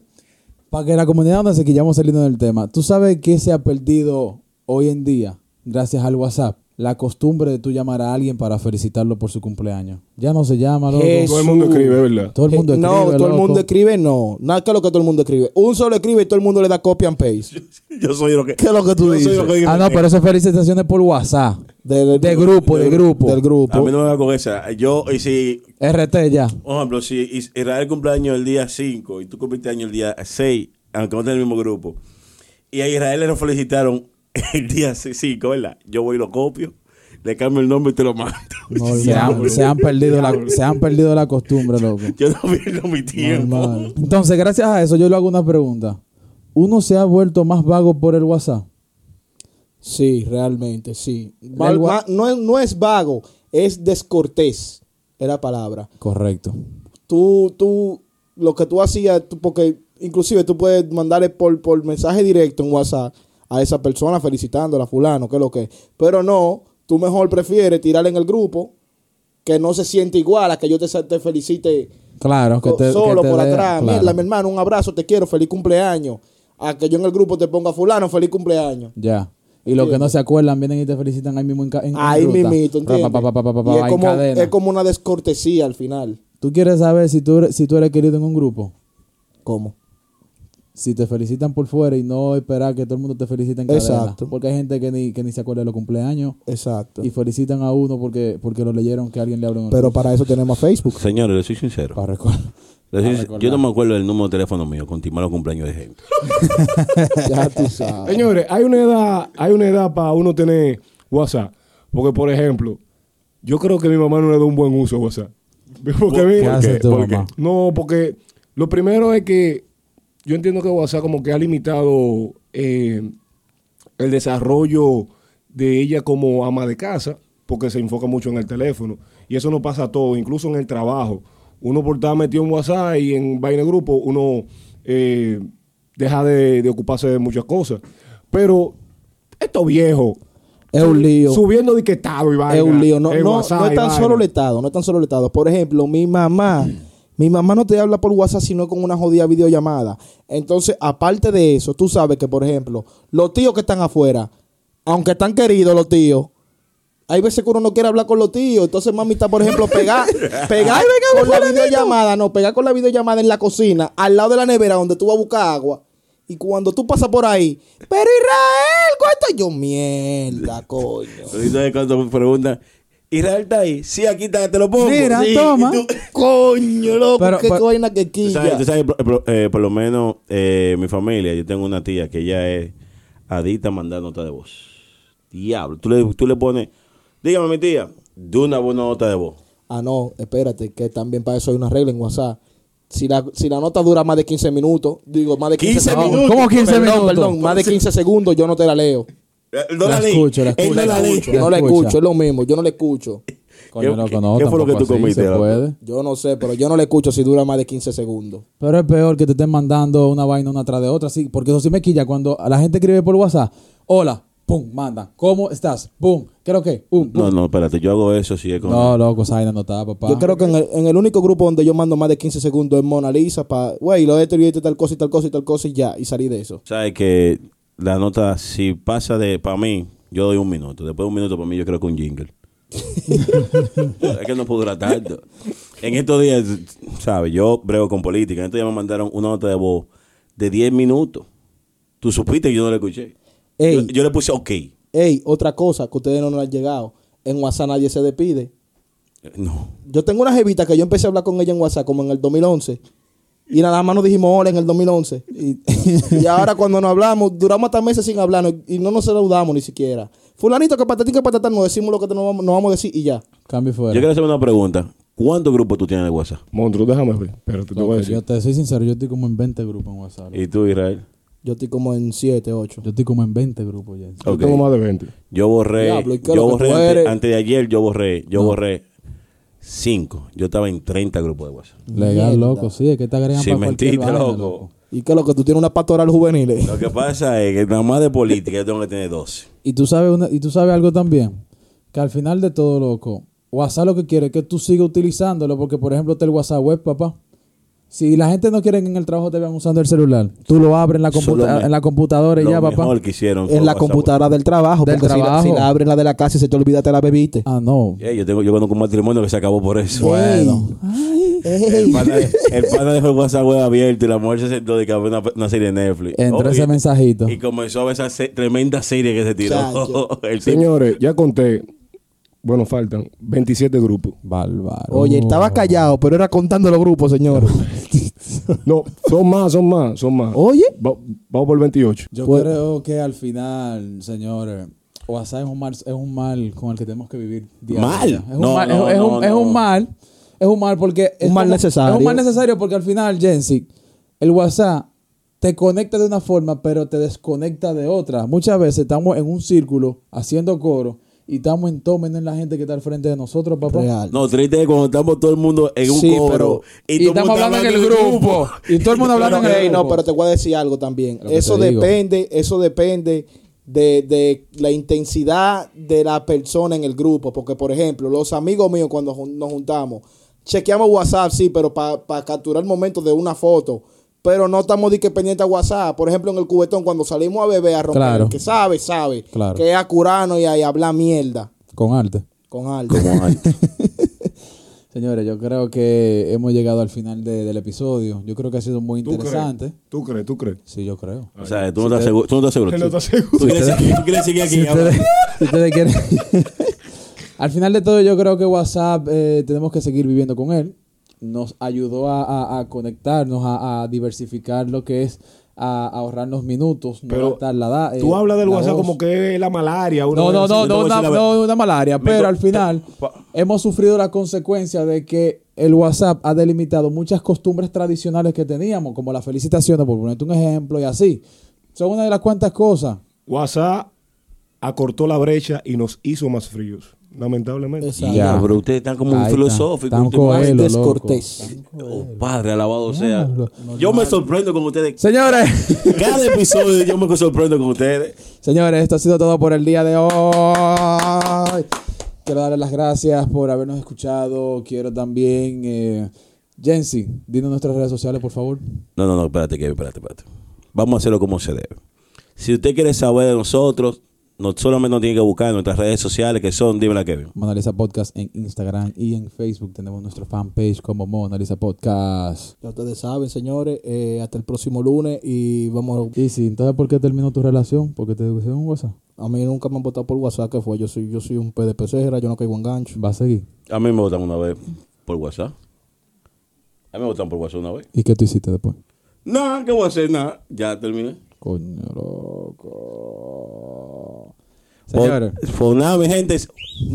Speaker 1: para que la comunidad donde se que ya vamos saliendo del tema, ¿tú sabes qué se ha perdido hoy en día gracias al WhatsApp? La costumbre de tú llamar a alguien para felicitarlo por su cumpleaños. Ya no se llama, loco.
Speaker 2: Todo el mundo escribe, ¿verdad?
Speaker 1: Todo el mundo
Speaker 4: Eh,
Speaker 1: escribe,
Speaker 4: no, todo el
Speaker 1: loco.
Speaker 4: mundo escribe, no. Nada que lo que todo el mundo escribe. Un solo escribe y todo el mundo le da copy and paste.
Speaker 3: Yo soy lo que.
Speaker 4: ¿Qué es lo que tú
Speaker 3: yo soy
Speaker 4: dices?
Speaker 3: lo que digo.
Speaker 1: Ah, no, pero eso es felicitaciones por WhatsApp.
Speaker 4: De, de-
Speaker 1: De grupo, de grupo.
Speaker 4: Del grupo.
Speaker 3: A mí no me va con esa. Yo, y si,
Speaker 1: RT ya.
Speaker 3: por ejemplo, si Is- Israel cumpleaños el día 5 y tú cumpliste año el día 6, aunque no estés en el mismo grupo, y a Israel le lo felicitaron el día 5, ¿verdad? Yo voy y lo copio, le cambio el nombre y te lo mando.
Speaker 1: No, se, han, se han perdido la, se han perdido la costumbre, loco.
Speaker 3: Yo no pierdo mi tiempo.
Speaker 1: Normal. Entonces, gracias a eso, yo le hago una pregunta. ¿Uno se ha vuelto más vago por el WhatsApp?
Speaker 4: Sí, realmente, sí.
Speaker 1: Va-
Speaker 4: El
Speaker 1: va-
Speaker 4: va- no, es, no es vago, es descortés, es la palabra.
Speaker 1: Correcto.
Speaker 4: Tú, tú, lo que tú hacías, tú- porque inclusive tú puedes mandarle por, por mensaje directo en WhatsApp a esa persona felicitándola, fulano, que lo que. Pero no, tú mejor prefieres tirarle en el grupo que no se siente igual a que yo te, sa- te felicite
Speaker 1: Claro, que
Speaker 4: co-
Speaker 1: te,
Speaker 4: solo
Speaker 1: que te
Speaker 4: por
Speaker 1: dé-
Speaker 4: atrás.
Speaker 1: claro.
Speaker 4: Mira, mi hermano, un abrazo, te quiero, feliz cumpleaños. A que yo en el grupo te ponga fulano, feliz cumpleaños.
Speaker 1: Ya. Y los que no se acuerdan vienen y te felicitan ahí mismo en, ca- en en
Speaker 4: Ahí
Speaker 1: ruta.
Speaker 4: mismito,
Speaker 1: Pa,
Speaker 4: ¿entiendes?
Speaker 1: pa, pa, pa, pa, pa,
Speaker 4: y
Speaker 1: pa,
Speaker 4: es
Speaker 1: en
Speaker 4: como,
Speaker 1: cadena.
Speaker 4: es como una descortesía al final.
Speaker 1: ¿Tú quieres saber si tú, eres- si tú eres querido en un grupo?
Speaker 4: ¿Cómo?
Speaker 1: Si te felicitan por fuera y no esperar que todo el mundo te felicite en cadena.
Speaker 4: Exacto.
Speaker 1: Porque hay gente que ni, que ni se acuerda de los cumpleaños
Speaker 4: Exacto.
Speaker 1: y felicitan a uno porque, porque lo leyeron que alguien le habló en el
Speaker 4: Pero para eso tenemos a Facebook.
Speaker 3: Señores, les soy sincero.
Speaker 1: para recordar.
Speaker 3: Les soy sin- yo no me acuerdo del número de teléfono mío, continuar los cumpleaños de gente.
Speaker 4: ya tú sabes.
Speaker 2: Señores, hay una edad, hay una edad para uno tener WhatsApp. Porque, por ejemplo, yo creo que mi mamá no le da un buen uso a WhatsApp. Porque a mí-
Speaker 1: ¿Qué hace tu mamá?
Speaker 2: No, porque lo primero es que yo entiendo que WhatsApp como que ha limitado eh, el desarrollo de ella como ama de casa, porque se enfoca mucho en el teléfono. Y eso no pasa a todo, incluso en el trabajo. Uno por estar metido en WhatsApp y en vaina de grupo, uno eh, deja de, de ocuparse de muchas cosas. Pero estos viejos,
Speaker 4: Es un lío.
Speaker 2: subiendo diquetado y vaina.
Speaker 4: es un lío. No,
Speaker 2: en
Speaker 4: no,
Speaker 2: WhatsApp
Speaker 4: no es
Speaker 2: y
Speaker 4: tan
Speaker 2: vaina.
Speaker 4: solo letado, no es tan solo letado. Por ejemplo, mi mamá, mi mamá no te habla por WhatsApp sino con una jodida videollamada. Entonces, aparte de eso, tú sabes que, por ejemplo, los tíos que están afuera, aunque están queridos los tíos, hay veces que uno no quiere hablar con los tíos. Entonces, mami está, por ejemplo, pegar, pegar con la videollamada, no, pegar con la videollamada en la cocina, al lado de la nevera donde tú vas a buscar agua. Y cuando tú pasas por ahí, pero Israel, ¿cuánto? Yo, mierda, coño.
Speaker 3: Entonces, cuando me preguntan, Israel está ahí, sí, aquí está, te lo pongo.
Speaker 1: Mira,
Speaker 3: Sí,
Speaker 1: toma.
Speaker 3: y tú-
Speaker 4: Coño, loco,
Speaker 1: Pero-
Speaker 4: qué
Speaker 1: pero-
Speaker 4: vaina que
Speaker 3: Tú
Speaker 4: quilla.
Speaker 3: sabes, tú sabes, por- por, eh, por lo menos eh, mi familia, yo tengo una tía que ella es adicta a mandar nota de voz. Diablo, tú le, tú le pones, dígame mi tía, de una buena nota de voz.
Speaker 4: Ah, no, espérate, que también para eso hay una regla en WhatsApp. Si la, si la nota dura más de 15 minutos, digo, más de 15,
Speaker 3: 15
Speaker 4: segundos.
Speaker 3: minutos.
Speaker 1: ¿Cómo 15
Speaker 4: perdón,
Speaker 1: minutos?
Speaker 4: Perdón, más de 15 segundos yo no te la leo.
Speaker 3: Él No
Speaker 1: La
Speaker 3: la lee.
Speaker 1: escucho, la
Speaker 3: Él
Speaker 1: escucho.
Speaker 3: no la lee.
Speaker 1: escucho. La
Speaker 4: No la
Speaker 1: escucha.
Speaker 4: escucho, es lo mismo, yo no la escucho.
Speaker 1: Coño,
Speaker 3: ¿Qué-
Speaker 1: loco, no,
Speaker 3: qué fue lo que
Speaker 1: tampoco
Speaker 3: tú
Speaker 1: así
Speaker 3: comiste,
Speaker 1: se
Speaker 3: loco?
Speaker 1: puede.
Speaker 4: Yo no sé, pero yo no la escucho si dura más de 15 segundos.
Speaker 1: Pero es peor que te estén mandando una vaina una tras de otra, sí, porque eso sí me quilla cuando a la gente escribe por WhatsApp, hola, pum, mandan, ¿cómo estás? Pum, ¿qué es lo que? Pum, pum.
Speaker 3: No, no, espérate, yo hago eso si es con.
Speaker 1: No, loco, esa vaina no está, papá.
Speaker 4: Yo creo que en el, en el único grupo donde yo mando más de 15 segundos es Mona Lisa para, güey, lo de este, y este, tal cosa y tal cosa y tal cosa y ya, y salí de eso.
Speaker 3: Sabes que la nota, si pasa de. Para mí, yo doy un minuto. Después de un minuto, para mí, yo creo que un jingle. es que no puedo durar tanto. En estos días, ¿sabes? Yo brego con política. En estos días me mandaron una nota de voz de 10 minutos. Tú supiste que yo no la escuché. Yo,
Speaker 4: Ey.
Speaker 3: yo le puse ok.
Speaker 4: Ey, otra cosa que ustedes no nos han llegado. En WhatsApp nadie se despide.
Speaker 3: No.
Speaker 4: Yo tengo una jevita que yo empecé a hablar con ella en WhatsApp como en el 2011. Y nada más nos dijimos hola en el 2011. Y, y ahora cuando nos hablamos, duramos hasta meses sin hablarnos y no nos saludamos ni siquiera. Fulanito, que patatín, que patatán, nos decimos lo que te- nos vamos, nos vamos a decir y ya.
Speaker 1: Cambio y fuera.
Speaker 3: Yo quiero hacer una pregunta. ¿Cuántos grupos tú tienes de WhatsApp?
Speaker 2: Monstruo, déjame ver. Pero te
Speaker 1: Loco,
Speaker 2: voy a decir.
Speaker 1: yo te soy sincero, yo estoy como en 20 grupos en WhatsApp.
Speaker 3: ¿Y tú, Israel?
Speaker 4: Yo estoy como en 7, 8.
Speaker 1: Yo estoy como en 20 grupos ya.
Speaker 2: Yo
Speaker 3: Ok.
Speaker 2: tengo más de 20.
Speaker 3: Yo borré,
Speaker 4: Diablo, ¿y qué es
Speaker 3: yo
Speaker 4: lo que
Speaker 3: borré
Speaker 4: tú
Speaker 3: ante- antes,
Speaker 4: eres?
Speaker 3: de ayer, yo borré, yo borré cinco. Yo estaba en 30 grupos de WhatsApp.
Speaker 1: Legal, loco, sí, es que te agregan
Speaker 3: Sin
Speaker 1: para cualquier
Speaker 3: mentirte,
Speaker 1: vaina,
Speaker 3: loco.
Speaker 4: ¿Y qué es lo que tú tienes una pastoral juvenil? eh?
Speaker 3: Lo que pasa es que nada más de política yo tengo que tener 12.
Speaker 1: Y tú sabes una- y tú sabes algo también, que al final de todo, loco, WhatsApp lo que quiere es que tú sigas utilizándolo, porque por ejemplo está el WhatsApp web, papá. Si la gente no quiere que en el trabajo te vean usando el celular, tú lo abres en la,
Speaker 3: Solo
Speaker 1: computa-
Speaker 3: me-
Speaker 1: en la computadora y
Speaker 3: lo
Speaker 1: ya, papá.
Speaker 3: mejor que hicieron fue
Speaker 4: En la
Speaker 3: WhatsApp.
Speaker 4: computadora del trabajo.
Speaker 1: Del
Speaker 4: porque si la-
Speaker 1: trabajo.
Speaker 4: Si, la abres la de la casa y se te olvida, te la bebiste.
Speaker 1: Ah, no.
Speaker 3: Yeah, yo, tengo, yo conozco un matrimonio que se acabó por eso.
Speaker 1: Bueno.
Speaker 3: El pana, el pana dejó el WhatsApp web abierto y la mujer se sentó y que había una, una serie de Netflix.
Speaker 1: Entre
Speaker 3: Oh,
Speaker 1: ese
Speaker 3: y-
Speaker 1: mensajito.
Speaker 3: Y comenzó a ver esa se- tremenda serie que se tiró.
Speaker 4: Chacho.
Speaker 3: El tipo-
Speaker 2: Señores, ya conté. Bueno, faltan 27 grupos.
Speaker 1: Bárbaro.
Speaker 4: Oye, estaba callado, pero era contando los grupos, señor.
Speaker 2: No, son más, son más, son más.
Speaker 4: Oye.
Speaker 2: Va- vamos por 28.
Speaker 1: Yo
Speaker 4: Pues-
Speaker 1: creo que al final, señores, WhatsApp es un mal, es un mal con el que tenemos que vivir.
Speaker 3: Mal.
Speaker 1: Es un
Speaker 3: No,
Speaker 1: mal,
Speaker 3: no,
Speaker 1: es, es un,
Speaker 3: no,
Speaker 1: es un
Speaker 3: no.
Speaker 1: mal, es un mal porque es
Speaker 4: Un mal
Speaker 1: como-
Speaker 4: necesario.
Speaker 1: Es un mal necesario porque al final, Jensi, el WhatsApp te conecta de una forma, pero te desconecta de otra. Muchas veces estamos en un círculo haciendo coro y estamos en tomen en la gente que está al frente de nosotros, papá.
Speaker 4: Real.
Speaker 3: No, triste es cuando estamos todo el mundo en un
Speaker 4: Sí,
Speaker 3: coro.
Speaker 4: pero-
Speaker 1: Y,
Speaker 3: todo el
Speaker 1: estamos
Speaker 3: mundo
Speaker 1: hablando en el
Speaker 3: del eh,
Speaker 1: grupo. Y todo el mundo hablando en el
Speaker 4: Ey,
Speaker 1: grupo.
Speaker 4: no, pero te voy a decir algo también.
Speaker 1: Lo que
Speaker 4: Eso
Speaker 1: te digo.
Speaker 4: depende, eso depende de, de la intensidad de la persona en el grupo. Porque, por ejemplo, los amigos míos cuando jun- nos juntamos, chequeamos WhatsApp, sí, pero para capturar momentos de una foto. Pero no estamos de que pendiente a WhatsApp. Por ejemplo, en el cubetón, cuando salimos a beber a romper,
Speaker 1: Claro.
Speaker 4: el que sabe, sabe.
Speaker 1: Claro.
Speaker 4: Que es a curarnos y a, y a hablar mierda
Speaker 1: Con arte.
Speaker 4: con algo.
Speaker 3: Como antes.
Speaker 1: Señores, yo creo que hemos llegado al final de- del episodio. Yo creo que ha sido muy interesante.
Speaker 2: ¿Tú crees? ¿Tú crees?
Speaker 1: Sí, yo creo.
Speaker 3: O sea, tú no estás seguro. Tú no estás seguro.
Speaker 2: No estás seguro.
Speaker 3: Tú quieres seguir- tú quieres seguir
Speaker 1: Si
Speaker 3: aquí.
Speaker 1: ustedes, si ustedes quieren. al final de todo, yo creo que WhatsApp eh, tenemos que seguir viviendo con él. Nos ayudó a, a- a conectarnos, a, a diversificar lo que es, a, ahorrarnos minutos, no
Speaker 2: Pero
Speaker 1: gastar Eh, la edad.
Speaker 2: Tú hablas del WhatsApp como que es la malaria. una
Speaker 1: No, no,
Speaker 2: vez
Speaker 1: no,
Speaker 2: así.
Speaker 1: no,
Speaker 3: voy a
Speaker 1: una,
Speaker 3: decir la ver-
Speaker 1: no, una malaria. Pero al final
Speaker 3: pa-
Speaker 1: hemos sufrido la consecuencia de que el WhatsApp ha delimitado muchas costumbres tradicionales que teníamos, como las felicitaciones, por ponerte un ejemplo, y así. Son una de las cuantas cosas.
Speaker 2: WhatsApp acortó la brecha y nos hizo más fríos. Lamentablemente.
Speaker 4: Exacto.
Speaker 1: Ya.
Speaker 3: Ya, pero ustedes están como un
Speaker 1: Ahí está.
Speaker 3: filosófico.
Speaker 1: Tan
Speaker 3: un tipo-
Speaker 1: coel-
Speaker 3: Ay,
Speaker 1: Pelo, loco.
Speaker 4: Descortés.
Speaker 3: oh, padre, alabado sea. Yo me sorprendo con ustedes.
Speaker 1: Señores.
Speaker 3: Cada episodio yo me sorprendo con ustedes.
Speaker 1: Señores, esto ha sido todo por el día de hoy. Quiero darles las gracias por habernos escuchado. Quiero también... Eh, Jensi, dinos nuestras redes sociales, por favor.
Speaker 3: No, no, no, espérate, Kevin, espérate, espérate. Vamos a hacerlo como se debe. Si usted quiere saber de nosotros, no, solamente nos tiene que buscar en nuestras redes sociales que son, dímela, Kevin.
Speaker 1: Mona Lisa Podcast en Instagram y en Facebook. Tenemos nuestro fanpage como Mona Lisa Podcast.
Speaker 4: Ya ustedes saben, señores. eh, hasta el próximo lunes y vamos.
Speaker 1: Y si, entonces, ¿por qué terminó tu relación? Porque te pusieron un WhatsApp.
Speaker 4: A mí nunca me han votado por WhatsApp, que fue. Yo soy, yo soy un PDP cera, yo no caigo en gancho.
Speaker 1: Va a seguir.
Speaker 3: A mí me votan una vez por WhatsApp. A mí me votan por WhatsApp una vez.
Speaker 1: ¿Y qué tú hiciste después?
Speaker 3: Nada, ¿qué voy a hacer? Nada. Ya terminé.
Speaker 1: Coño, loco. Señores.
Speaker 3: Foname, gente.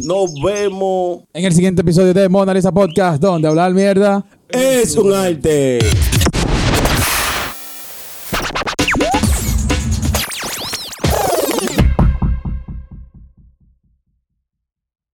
Speaker 3: Nos vemos.
Speaker 1: En el siguiente episodio de Mona Lisa Podcast, donde hablar mierda.
Speaker 3: Es un arte.